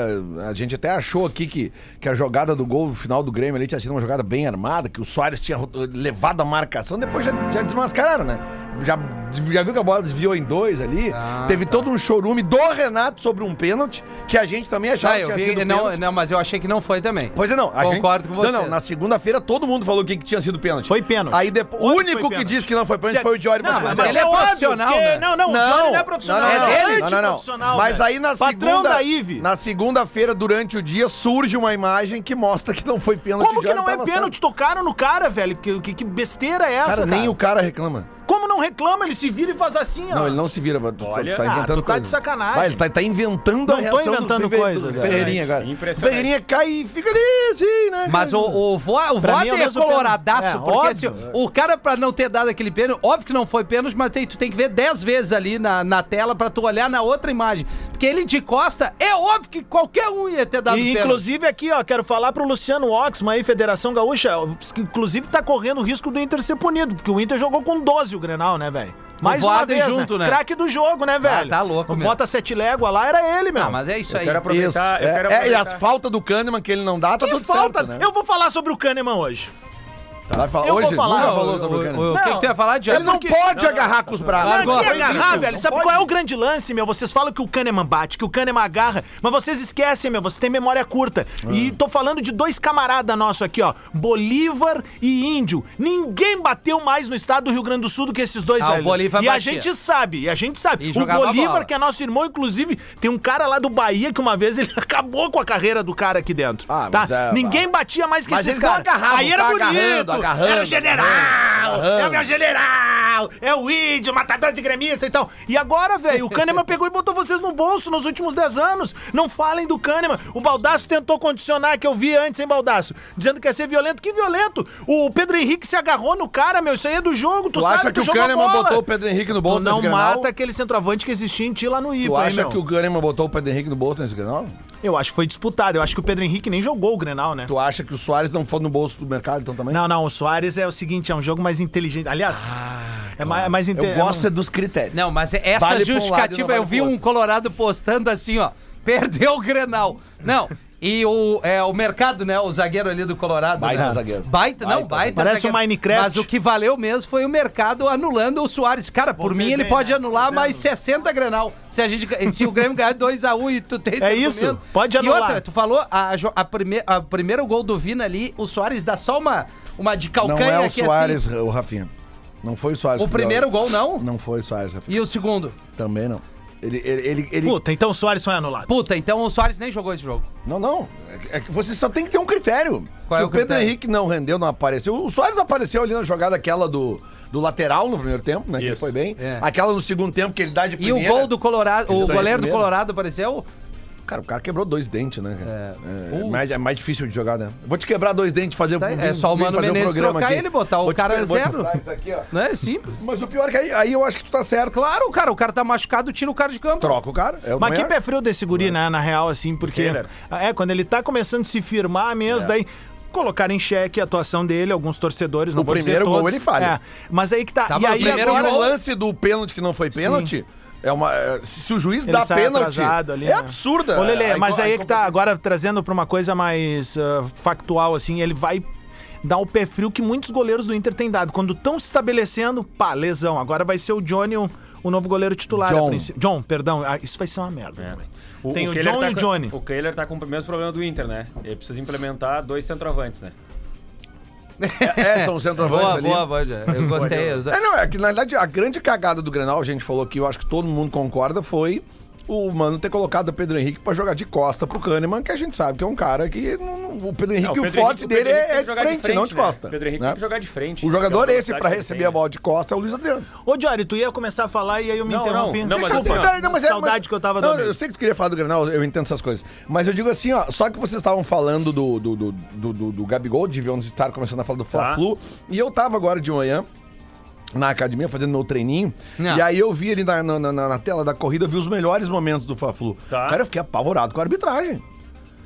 Speaker 5: A gente até achou aqui que, que a jogada do gol final do Grêmio ali tinha sido uma jogada bem armada, que o Soares tinha ro- levado a marcação, depois já, já desmascararam, né? Já já viu que a bola desviou em dois ali?
Speaker 3: Ah,
Speaker 5: Teve todo um chorume do Renato sobre um pênalti, que a gente também achava
Speaker 3: Ah,
Speaker 5: que
Speaker 3: eu
Speaker 5: tinha
Speaker 3: vi,
Speaker 5: sido
Speaker 3: não,
Speaker 5: pênalti.
Speaker 3: não, mas eu achei que não foi também.
Speaker 5: Pois é, não. a
Speaker 3: Concordo
Speaker 5: gente-
Speaker 3: com você.
Speaker 5: Não, não. Na segunda-feira todo mundo falou que, que tinha sido pênalti.
Speaker 2: Foi pênalti.
Speaker 5: Aí depois, o único
Speaker 2: foi
Speaker 5: que
Speaker 2: pênalti.
Speaker 5: disse que não foi pênalti
Speaker 2: Se-
Speaker 5: foi o Diori
Speaker 2: Não,
Speaker 5: Patrocínio.
Speaker 2: mas ele é
Speaker 3: óbvio
Speaker 2: profissional,
Speaker 3: que-
Speaker 2: né? Não, não, o Johnny não é profissional,
Speaker 5: não, não,
Speaker 2: é
Speaker 5: não, não, não.
Speaker 2: antiprofissional,
Speaker 5: Mas
Speaker 2: velho.
Speaker 5: aí na
Speaker 2: Patrão
Speaker 5: segunda,
Speaker 2: da Ive.
Speaker 5: na segunda-feira durante o dia surge uma imagem que mostra que não foi pênalti.
Speaker 2: Como
Speaker 5: o
Speaker 2: que
Speaker 5: Diori
Speaker 2: não é
Speaker 5: tava
Speaker 2: pênalti? Tocaram no cara, velho. Que, que, que besteira é essa,
Speaker 5: certo.
Speaker 2: cara?
Speaker 5: Cara, nem o cara reclama.
Speaker 2: Como não reclama? Ele se vira e faz assim, ó.
Speaker 5: Não, ele não se vira. Tu, tu- tu
Speaker 4: Olha,
Speaker 5: tá
Speaker 2: ah,
Speaker 5: inventando
Speaker 2: tu tá de
Speaker 5: coisa.
Speaker 2: sacanagem.
Speaker 5: Vai, ele tá, tá inventando
Speaker 2: Não tô
Speaker 5: reação do
Speaker 2: inventando
Speaker 5: Ferre- do
Speaker 2: coisas, é.
Speaker 5: Ferreirinha, cara.
Speaker 4: Impressionante.
Speaker 5: Ferreirinha cai e fica ali, assim, né?
Speaker 3: Mas o, o, vo, o
Speaker 2: Pra mim,
Speaker 3: Voaden
Speaker 2: eu
Speaker 3: é
Speaker 2: mesmo penso-
Speaker 3: coloradaço,
Speaker 2: é,
Speaker 3: porque
Speaker 2: óbvio.
Speaker 3: assim, o cara, pra não ter dado aquele pênalti, óbvio que não foi pênalti, mas tem- tu tem que ver 10 vezes ali na, na tela pra tu olhar na outra imagem. Porque ele de costa, é óbvio que qualquer um ia ter dado
Speaker 2: E,
Speaker 3: pênalti.
Speaker 2: inclusive aqui, ó, quero falar pro Luciano Oxman aí, Federação Gaúcha, que inclusive tá correndo o risco do Inter ser punido, porque o Inter jogou com 12 o Grenal, né, velho? Mais uma
Speaker 3: Voaden
Speaker 2: vez,
Speaker 3: junto,
Speaker 2: né?
Speaker 3: né?
Speaker 2: Craque do jogo, né, velho?
Speaker 3: tá louco
Speaker 2: O
Speaker 3: mesmo.
Speaker 2: Bota sete légua lá, era ele, meu.
Speaker 3: Ah, mas é isso aí.
Speaker 4: quero aproveitar.
Speaker 5: Isso.
Speaker 4: eu
Speaker 5: É,
Speaker 4: quero
Speaker 5: é, e a
Speaker 4: aproveitar.
Speaker 5: falta do Kahneman que ele não dá, tá
Speaker 2: Que
Speaker 5: tudo
Speaker 2: falta!
Speaker 5: certo, né?
Speaker 2: Eu vou falar sobre o Kahneman hoje.
Speaker 5: Vai falar
Speaker 2: Eu vou
Speaker 5: hoje?
Speaker 2: falar.
Speaker 5: Nunca
Speaker 3: Não,
Speaker 5: falou
Speaker 3: o-
Speaker 5: sobre o Kahneman.
Speaker 3: o- o que,
Speaker 2: Não.
Speaker 3: que tu ia falar, Diego?
Speaker 5: Ele não
Speaker 2: porque-
Speaker 5: pode agarrar com os braços.
Speaker 2: Não, é que
Speaker 3: Largou.
Speaker 2: agarrar, velho.
Speaker 5: Não
Speaker 2: Sabe
Speaker 5: pode.
Speaker 2: qual é o grande lance, meu? Vocês falam que o Kahneman bate, que o Kahneman agarra, mas vocês esquecem, meu. Vocês têm memória curta. E
Speaker 5: É.
Speaker 2: tô falando de dois camaradas nossos aqui, ó. Bolívar e Índio. Ninguém bateu mais no estado do Rio Grande do Sul do que esses dois,
Speaker 3: Ah, o
Speaker 2: velho.
Speaker 3: Bolívar
Speaker 2: e a
Speaker 3: batia.
Speaker 2: gente sabe, e a gente sabe.
Speaker 3: E
Speaker 2: o
Speaker 3: jogava
Speaker 2: Bolívar,
Speaker 3: bola.
Speaker 2: que é nosso irmão, inclusive, tem um cara lá do Bahia que uma vez ele acabou com a carreira do cara aqui dentro.
Speaker 5: Ah,
Speaker 2: tá?
Speaker 5: mas é-
Speaker 2: Ninguém batia mais que
Speaker 5: Mas
Speaker 2: esses
Speaker 5: eles não
Speaker 2: caras.
Speaker 5: agarravam,
Speaker 2: Aí era
Speaker 5: tá
Speaker 2: bonito.
Speaker 5: agarrando, agarrando,
Speaker 2: era o general.
Speaker 5: agarrando.
Speaker 2: É o meu general. É o índio, matador de gremista e tal. E agora, velho, o Kahneman pegou e botou vocês no bolso nos últimos 10 anos. Não falem do Kahneman. O Baldaço tentou condicionar, que eu vi antes, hein, Baldaço? Dizendo que ia ser violento. Que violento? O Pedro Henrique se agarrou no cara, meu. Isso aí é do jogo. Tu,
Speaker 5: Tu
Speaker 2: sabe
Speaker 5: acha que
Speaker 2: tu
Speaker 5: o
Speaker 2: joga
Speaker 5: Kahneman
Speaker 2: bola.
Speaker 5: botou o Pedro Henrique no
Speaker 2: Tu
Speaker 5: bolso
Speaker 2: não
Speaker 5: nesse Grenal?
Speaker 2: mata aquele centroavante que existia em ti lá no
Speaker 5: Tu
Speaker 2: Ipa, hein,
Speaker 5: acha
Speaker 2: meu?
Speaker 5: que o Kahneman botou o Pedro Henrique no bolso né, nesse Grenal?
Speaker 2: Eu acho que foi disputado. Eu acho que o Pedro Henrique nem jogou o Grenal, né?
Speaker 5: Tu acha que o Soares não foi no bolso do mercado então também?
Speaker 2: Não, não, o Soares é o seguinte, é um jogo mais inteligente. Aliás, é mais, é mais inte-
Speaker 5: Ah, Eu gosto
Speaker 2: é
Speaker 5: é dos critérios.
Speaker 3: Não, mas é, essa
Speaker 5: Vale pra um lado e
Speaker 3: justificativa,
Speaker 5: não vale
Speaker 3: eu vi
Speaker 5: pro
Speaker 3: um
Speaker 5: outro.
Speaker 3: colorado postando assim, ó, perdeu o Grenal. Não, e o, é, o mercado, né, o zagueiro ali do Colorado.
Speaker 5: Baita
Speaker 3: né?
Speaker 5: zagueiro.
Speaker 3: Baita, não,
Speaker 5: Baita
Speaker 3: baita
Speaker 2: Parece
Speaker 3: zagueiro.
Speaker 2: o Minecraft.
Speaker 3: Mas o que valeu mesmo foi o mercado anulando o Soares. Cara, por mim
Speaker 2: ver
Speaker 3: ele
Speaker 2: bem,
Speaker 3: pode
Speaker 2: né?
Speaker 3: anular mais 60 Grenal. Se, a gente, se o Grêmio ganhar 2x1 e tu tem esse
Speaker 2: É isso,
Speaker 3: argumento.
Speaker 2: pode
Speaker 3: E
Speaker 2: anular.
Speaker 3: outra, tu falou, a, jo- a, prime, a primeiro gol do Vina ali, o Soares dá só uma, uma de
Speaker 5: Não
Speaker 3: calcanha
Speaker 5: é o
Speaker 3: aqui
Speaker 5: Soares, o Rafinha. Não foi o Soares.
Speaker 3: assim. O
Speaker 5: que deu.
Speaker 3: primeiro gol não?
Speaker 5: Não foi o Soares, Rafinha.
Speaker 3: E o segundo?
Speaker 5: Também não. Ele, ele, ele, ele-
Speaker 2: Puta, então o Soares foi anulado.
Speaker 3: Puta, então o Soares nem jogou esse jogo.
Speaker 5: Não, não. É que você só tem que ter um critério.
Speaker 3: Qual
Speaker 5: Se
Speaker 3: é
Speaker 5: o
Speaker 3: o
Speaker 5: Pedro
Speaker 3: critério?
Speaker 5: Henrique não rendeu, não apareceu. O Soares apareceu ali na jogada aquela do, do lateral no primeiro tempo, né? Que ele
Speaker 4: Isso.
Speaker 5: foi bem.
Speaker 3: É.
Speaker 5: Aquela no segundo tempo que ele dá de
Speaker 3: E
Speaker 5: primeira.
Speaker 3: o gol do Colorado, o
Speaker 5: Isso aí,
Speaker 3: goleiro do
Speaker 5: primeiro.
Speaker 3: Colorado apareceu?
Speaker 5: Cara, o cara quebrou dois dentes, né? cara?
Speaker 3: É.
Speaker 5: É, é
Speaker 3: Uh.
Speaker 5: mais, é mais difícil de jogar, né? Vou te quebrar dois dentes, fazer
Speaker 3: Tá, é só o Mano
Speaker 5: fazer um
Speaker 3: Menezes
Speaker 5: programa
Speaker 3: trocar
Speaker 5: aqui.
Speaker 3: ele e botar o
Speaker 5: Vou te
Speaker 3: cara
Speaker 5: pe- vou te
Speaker 3: zero.
Speaker 5: botar isso aqui, ó.
Speaker 3: Não é simples.
Speaker 5: Mas o pior é que aí, aí eu acho que tu tá certo.
Speaker 3: Claro, cara, o cara tá machucado, tira o cara de campo.
Speaker 5: Troca o cara. É o
Speaker 2: Mas que
Speaker 5: maior.
Speaker 2: pé frio desse guri, né, na real, assim, porque...
Speaker 4: Keller.
Speaker 2: É, quando ele tá começando a se firmar mesmo, daí... Colocar em xeque a atuação dele, alguns torcedores, não
Speaker 5: O
Speaker 2: vou dizer
Speaker 5: primeiro gol
Speaker 2: todos.
Speaker 5: ele falha.
Speaker 2: É, mas aí que tá.
Speaker 3: Tá,
Speaker 2: e
Speaker 3: mas o
Speaker 2: aí
Speaker 3: primeiro
Speaker 2: agora...
Speaker 5: Agora, o
Speaker 3: gol-
Speaker 5: lance do pênalti que não foi pênalti, é uma. é, Se se o juiz
Speaker 2: Ele
Speaker 5: dá
Speaker 2: sai
Speaker 5: pênalti.
Speaker 2: atrasado ali,
Speaker 5: é
Speaker 2: né?
Speaker 5: absurda.
Speaker 2: Ô, Lelê, mas aí é que tá
Speaker 5: competição-
Speaker 2: agora trazendo pra uma coisa mais ah, factual, assim, ele vai dar o pé frio que muitos goleiros do Inter têm dado. Quando estão se estabelecendo, pá, lesão. Agora vai ser o Johnny o, o novo goleiro titular.
Speaker 5: John.
Speaker 2: a princípio. John, perdão. Ah, isso vai ser uma merda também. Tem o,
Speaker 4: Kehler
Speaker 2: John
Speaker 4: tá
Speaker 2: e o
Speaker 4: com-
Speaker 2: Johnny.
Speaker 4: O Kehler tá com o mesmo problema do Inter, né? Ele precisa implementar dois centroavantes, né?
Speaker 5: É, são centroavantes
Speaker 3: boa,
Speaker 5: ali.
Speaker 3: boa, boa, já. Eu gostei. eu-
Speaker 5: É, não, é que na verdade a grande cagada do Grenal, a gente falou que eu acho que todo mundo concorda, foi o Mano ter colocado o Pedro Henrique pra jogar de costa pro Kahneman, que a gente sabe que é um cara que. não- o Pedro Henrique,
Speaker 4: Não,
Speaker 5: o,
Speaker 4: Pedro Henrique-
Speaker 5: forte
Speaker 4: o Pedro
Speaker 5: dele
Speaker 4: Henrique tem
Speaker 5: é
Speaker 4: que
Speaker 5: de
Speaker 4: jogar
Speaker 5: frente, não de
Speaker 4: né?
Speaker 5: costa.
Speaker 4: Pedro Henrique
Speaker 5: né?
Speaker 4: tem que jogar de frente.
Speaker 5: O jogador
Speaker 4: Pela
Speaker 5: esse
Speaker 4: velocidade
Speaker 5: pra
Speaker 4: que ele
Speaker 5: receber
Speaker 4: tem,
Speaker 5: a bola de costa é o Luiz Adriano.
Speaker 2: Ô, Johnny, tu ia começar a falar e aí eu me
Speaker 4: Não,
Speaker 2: interrompi.
Speaker 4: não, não, mas assim,
Speaker 2: Deixa
Speaker 4: eu vou
Speaker 2: eu-
Speaker 4: falar.
Speaker 5: Não, mas é-
Speaker 2: Saudade
Speaker 5: mas-
Speaker 2: que eu tava
Speaker 5: Não,
Speaker 2: dando.
Speaker 5: Eu sei que tu queria falar do Grenal, eu entendo essas coisas. Mas eu digo assim, ó, só que vocês estavam falando do, do, do, do, do, do Gabigol, devíamos estar começando a falar
Speaker 4: Tá.
Speaker 5: do Fla-Flu. E eu tava agora de manhã na academia fazendo meu treininho.
Speaker 3: Não.
Speaker 4: Ah.
Speaker 5: E aí eu vi ali na, na, na- na tela da corrida, vi os melhores momentos do Fla-Flu.
Speaker 4: Tá.
Speaker 5: Cara, eu fiquei apavorado com a arbitragem.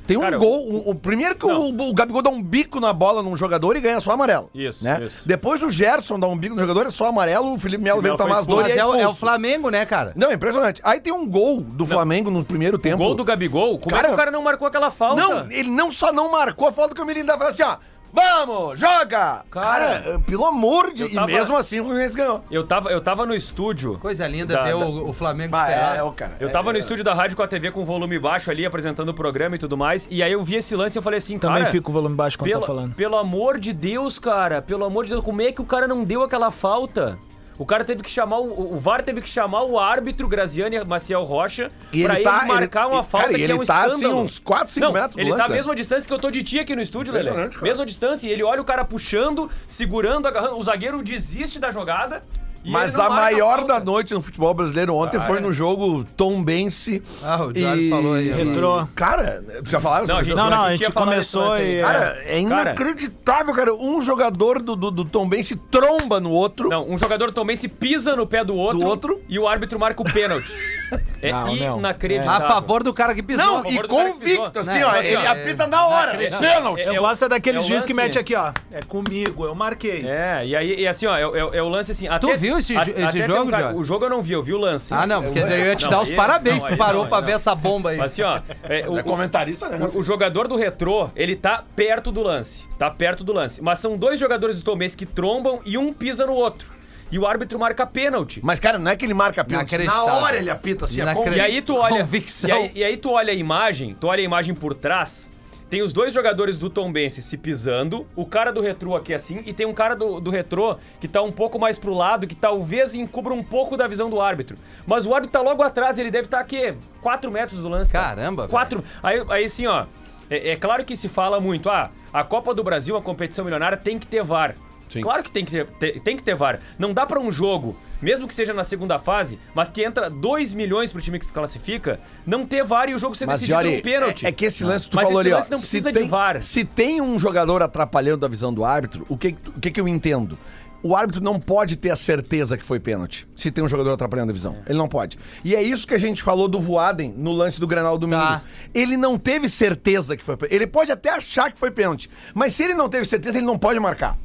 Speaker 5: Tem um
Speaker 4: Cara,
Speaker 5: gol, o, o primeiro que o, o Gabigol dá um bico na bola num jogador e ganha só amarelo.
Speaker 4: Isso,
Speaker 5: né?
Speaker 4: isso.
Speaker 5: Depois o Gerson dá um bico no jogador, é só amarelo, o Felipe Melo
Speaker 4: Felipe Melo
Speaker 5: veio
Speaker 4: foi
Speaker 5: tomar as
Speaker 4: expulso.
Speaker 5: dores
Speaker 3: Mas
Speaker 5: e
Speaker 3: é, o- é o
Speaker 5: expulso.
Speaker 3: Flamengo, né, cara?
Speaker 5: Não, é impressionante. Aí tem um gol do Flamengo no primeiro tempo.
Speaker 4: Gol do Gabigol? Como é
Speaker 5: um Cara-
Speaker 4: que o cara não marcou aquela falta?
Speaker 5: Não, ele não só não marcou a falta que o Mirim dá, fala assim, ó. Vamos, joga!
Speaker 4: Cara,
Speaker 5: eh, pelo amor de
Speaker 4: eu
Speaker 5: Deus.
Speaker 4: tava-
Speaker 5: E mesmo assim o Fluminense ganhou.
Speaker 4: Eu tava, eu tava no estúdio.
Speaker 3: Coisa linda
Speaker 4: Da-
Speaker 3: ter
Speaker 4: da-
Speaker 3: o, o Flamengo
Speaker 5: Bah,
Speaker 3: esperar.
Speaker 5: é, é o cara.
Speaker 4: Eu
Speaker 5: É,
Speaker 4: tava no
Speaker 5: é.
Speaker 4: estúdio da rádio com a TV com volume baixo ali, apresentando o programa e tudo mais. E aí eu vi esse lance e eu falei assim,
Speaker 2: Também
Speaker 4: cara.
Speaker 2: fica o volume baixo quando
Speaker 4: pelo,
Speaker 2: tá falando.
Speaker 4: pelo amor de Deus, cara. Pelo amor de Deus, como é que o cara não deu aquela falta? O cara teve que chamar, o, o VAR teve que chamar o árbitro Graziani Maciel Rocha
Speaker 5: E
Speaker 4: pra
Speaker 5: ele
Speaker 4: ele,
Speaker 5: tá- ele-
Speaker 4: marcar uma
Speaker 5: e,
Speaker 4: falta
Speaker 5: cara, e
Speaker 4: que
Speaker 5: ele
Speaker 4: é um
Speaker 5: tá, assim,
Speaker 4: escândalo.
Speaker 5: uns 4, 5
Speaker 4: Não,
Speaker 5: metros do
Speaker 4: Ele
Speaker 5: lance,
Speaker 4: tá a
Speaker 5: né?
Speaker 4: mesma distância que eu tô de ti aqui no estúdio, Lelê.
Speaker 5: Impressionante, cara.
Speaker 4: Mesma distância. E ele olha o cara puxando, segurando, agarrando. O zagueiro desiste da jogada. e
Speaker 5: Mas
Speaker 4: ele não
Speaker 5: a
Speaker 4: marca
Speaker 5: maior
Speaker 4: falta. Ah, é.
Speaker 5: da noite no futebol brasileiro ontem
Speaker 4: Cara.
Speaker 5: foi no jogo Tom Bense.
Speaker 3: Ah, o Jorge falou aí agora.
Speaker 2: Entrou.
Speaker 5: Cara, tu já falaram
Speaker 4: Não, a
Speaker 5: sobre
Speaker 4: gente,
Speaker 5: isso?
Speaker 2: Não, não, a
Speaker 4: ia
Speaker 2: gente
Speaker 4: falar desse
Speaker 2: começou
Speaker 4: lance aí,
Speaker 2: e-
Speaker 4: cara.
Speaker 5: Cara, é inacreditável, cara. Um jogador do, do, do Tom Bense tromba no outro.
Speaker 4: Não, um jogador também se pisa no pé do outro,
Speaker 5: Do outro.
Speaker 4: e o árbitro marca o pênalti. é
Speaker 2: Não, não.
Speaker 3: A
Speaker 4: inacreditável.
Speaker 3: favor do cara que pisou.
Speaker 5: Não,
Speaker 4: favor
Speaker 5: e
Speaker 4: do cara que
Speaker 5: convicto,
Speaker 4: pisou.
Speaker 5: assim,
Speaker 3: Não,
Speaker 5: ó.
Speaker 4: assim,
Speaker 5: Ele
Speaker 4: ó,
Speaker 5: apita na hora.
Speaker 4: É- é-
Speaker 2: Eu
Speaker 4: é o-
Speaker 2: gosto é daquele
Speaker 4: é o
Speaker 2: juiz que
Speaker 4: lance-
Speaker 2: mete aqui, ó. É comigo, eu marquei.
Speaker 4: É, e aí, e assim, ó, é, é- é o lance assim. até-
Speaker 3: viu esse
Speaker 4: a-
Speaker 3: jo-
Speaker 4: até
Speaker 3: esse
Speaker 4: tem um
Speaker 3: jogo,
Speaker 4: cara-
Speaker 3: Jorge?
Speaker 4: O jogo eu não vi, eu vi o lance.
Speaker 3: Ah, não, porque daí eu ia te
Speaker 4: Não,
Speaker 3: dar os
Speaker 4: aí-
Speaker 3: parabéns,
Speaker 4: não,
Speaker 3: tu
Speaker 4: aí
Speaker 3: parou
Speaker 4: não,
Speaker 3: pra
Speaker 4: aí
Speaker 3: ver
Speaker 4: não.
Speaker 3: essa bomba aí.
Speaker 4: Mas assim, ó, é, o,
Speaker 5: É comentarista, né?
Speaker 4: o- o jogador do retrô, ele tá perto do lance. Tá perto do lance. Mas são dois jogadores do Tomês que trombam e um pisa no outro. E o árbitro marca pênalti.
Speaker 5: Mas, cara, não é que ele marca a pênalti. Na
Speaker 3: Inacreditável.
Speaker 5: hora ele apita, assim, é
Speaker 3: Inacreditável.
Speaker 4: E aí tu olha.
Speaker 3: Convicção.
Speaker 4: E aí, e aí tu olha a imagem, tu olha a imagem por trás. Tem os dois jogadores do Tombense se pisando, o cara do retrô aqui assim, e tem um cara do, do retrô que tá um pouco mais pro lado, que talvez encubra um pouco da visão do árbitro. Mas o árbitro tá logo atrás, ele deve estar tá, aqui, 4 metros do lance. cara.
Speaker 3: Caramba, velho.
Speaker 4: Quatro. Aí, aí assim, ó. É, é claro que se fala muito, ah, a Copa do Brasil, a competição milionária, tem que ter VAR.
Speaker 5: Sim.
Speaker 4: Claro que tem que ter, te- tem que ter VAR. Não dá pra um jogo, mesmo que seja na segunda fase, mas que entra 2 milhões pro time que se classifica, não ter VAR e o jogo ser
Speaker 5: Mas,
Speaker 4: decidido
Speaker 5: Jori,
Speaker 4: por pênalti.
Speaker 5: é, é que esse lance tu
Speaker 4: Mas
Speaker 5: falou
Speaker 4: esse
Speaker 5: ali, ó.
Speaker 4: lance não
Speaker 5: se,
Speaker 4: precisa de
Speaker 5: tem,
Speaker 4: VAR.
Speaker 5: se tem um jogador atrapalhando a visão do árbitro, o que, que tu- o que, que eu entendo? O árbitro não pode ter a certeza que foi pênalti, se tem um jogador atrapalhando a visão. Ele não pode. E é isso que a gente falou do Voaden no lance do Granal domingo.
Speaker 3: Tá.
Speaker 5: Ele não teve certeza que foi pênalti. Ele pode até achar que foi pênalti, mas se ele não teve certeza, ele não pode marcar.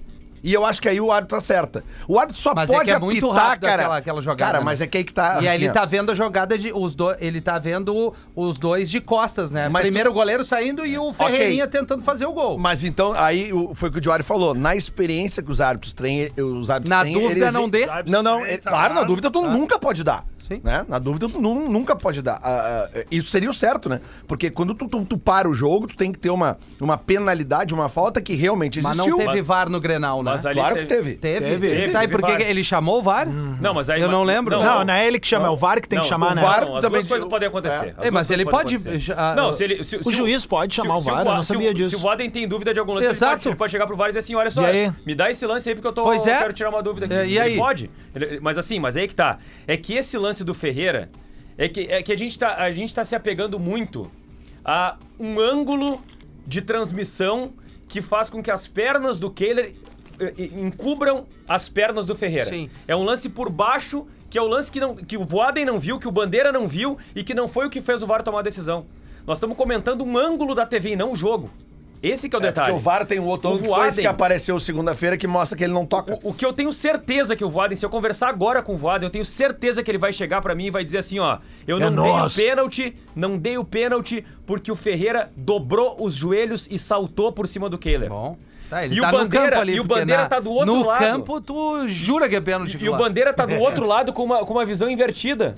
Speaker 5: E eu acho que aí o árbitro acerta. O árbitro só
Speaker 3: Mas é
Speaker 5: Ah, pode
Speaker 3: que é
Speaker 5: apitar,
Speaker 3: muito rápido
Speaker 5: cara.
Speaker 3: aquela- aquela jogada,
Speaker 5: Cara,
Speaker 3: né?
Speaker 5: mas é que aí que tá.
Speaker 3: E aí ele
Speaker 5: Rafinha.
Speaker 3: tá vendo a jogada de. Os do, ele tá vendo os dois de costas, né?
Speaker 5: Mas
Speaker 3: Primeiro o goleiro saindo e o Ferreirinha tentando fazer o gol.
Speaker 5: Mas então, aí o- foi o que o Diário falou. Na experiência que os árbitros têm, os árbitros
Speaker 3: Na
Speaker 5: têm,
Speaker 3: dúvida,
Speaker 5: eles-
Speaker 3: não dê.
Speaker 5: Não, não. é- claro, na dúvida tu
Speaker 3: Tá.
Speaker 5: nunca pode dar.
Speaker 3: Sim.
Speaker 5: Né? Na dúvida tu nu- nunca pode dar. Ah, ah, isso seria o certo, né? Porque quando tu, tu- tu para o jogo, tu tem que ter uma, uma penalidade, uma falta que realmente
Speaker 3: Mas
Speaker 5: existiu.
Speaker 3: não teve VAR no Grenal, né?
Speaker 4: Mas ali
Speaker 5: Claro que teve. Hum.
Speaker 3: Teve?
Speaker 2: Teve.
Speaker 3: Tá, e
Speaker 4: Teve
Speaker 3: por que
Speaker 4: VAR.
Speaker 3: que ele chamou o VAR?
Speaker 4: Não, mas aí-
Speaker 3: Eu não
Speaker 4: mas-
Speaker 3: lembro.
Speaker 4: não,
Speaker 2: Não, não é ele que chama, é o VAR que tem que chamar,
Speaker 5: o
Speaker 2: né?
Speaker 5: VAR
Speaker 4: Não, as
Speaker 5: também
Speaker 4: duas coisas
Speaker 5: de-
Speaker 4: podem acontecer. As
Speaker 3: É,
Speaker 4: duas
Speaker 3: mas ele
Speaker 4: coisas
Speaker 3: pode-
Speaker 4: podem acontecer.
Speaker 3: já-
Speaker 4: Não, se ele. se- se
Speaker 2: juiz pode chamar o
Speaker 4: se
Speaker 2: VAR, eu
Speaker 4: Wa-
Speaker 2: não
Speaker 4: se
Speaker 2: sabia
Speaker 4: o-
Speaker 2: disso.
Speaker 4: Se o Waden tem dúvida de algum lance,
Speaker 3: Exato.
Speaker 4: ele, pode, ele pode chegar pro VAR e dizer assim: olha só,
Speaker 2: E aí?
Speaker 4: me dá esse lance aí porque eu tô.
Speaker 3: Pois é.
Speaker 4: eu quero tirar uma dúvida aqui.
Speaker 3: É, e
Speaker 4: Ele
Speaker 3: aí?
Speaker 4: pode. Ele- Mas assim, mas aí que tá. É que esse lance do Ferreira é que, é que a, gente tá, a gente tá se apegando muito a um ângulo de transmissão que faz com que as pernas do Kehler eh, eh, encubram as pernas do Ferreira.
Speaker 3: Sim.
Speaker 4: É um lance por baixo, que é o lance que, não, que o Voaden não viu, que o Bandeira não viu e que não foi o que fez o VAR tomar a decisão. Nós estamos comentando um ângulo da TV e não o jogo. Esse que é o
Speaker 5: É, porque
Speaker 4: detalhe.
Speaker 5: o VAR tem um outro
Speaker 4: O
Speaker 5: ângulo que foi esse
Speaker 4: Voaden-
Speaker 5: que apareceu segunda-feira que mostra que ele não toca.
Speaker 4: O que eu tenho certeza que o Voaden, se eu conversar agora com o Voaden, eu tenho certeza que ele vai chegar pra mim e vai dizer assim, ó, eu
Speaker 5: É
Speaker 4: não dei
Speaker 2: nós.
Speaker 4: o pênalti, não dei o pênalti porque o Ferreira dobrou os joelhos e saltou por cima do Kehler.
Speaker 3: Bom. Tá, ele
Speaker 4: E o
Speaker 3: tá no
Speaker 4: Bandeira-
Speaker 3: campo ali.
Speaker 4: e o
Speaker 3: porque
Speaker 4: Bandeira
Speaker 3: na-
Speaker 4: tá do outro
Speaker 3: no
Speaker 4: lado.
Speaker 3: No campo, tu jura que é pênalti.
Speaker 4: E o Bandeira tá do outro lado com uma, com uma visão invertida.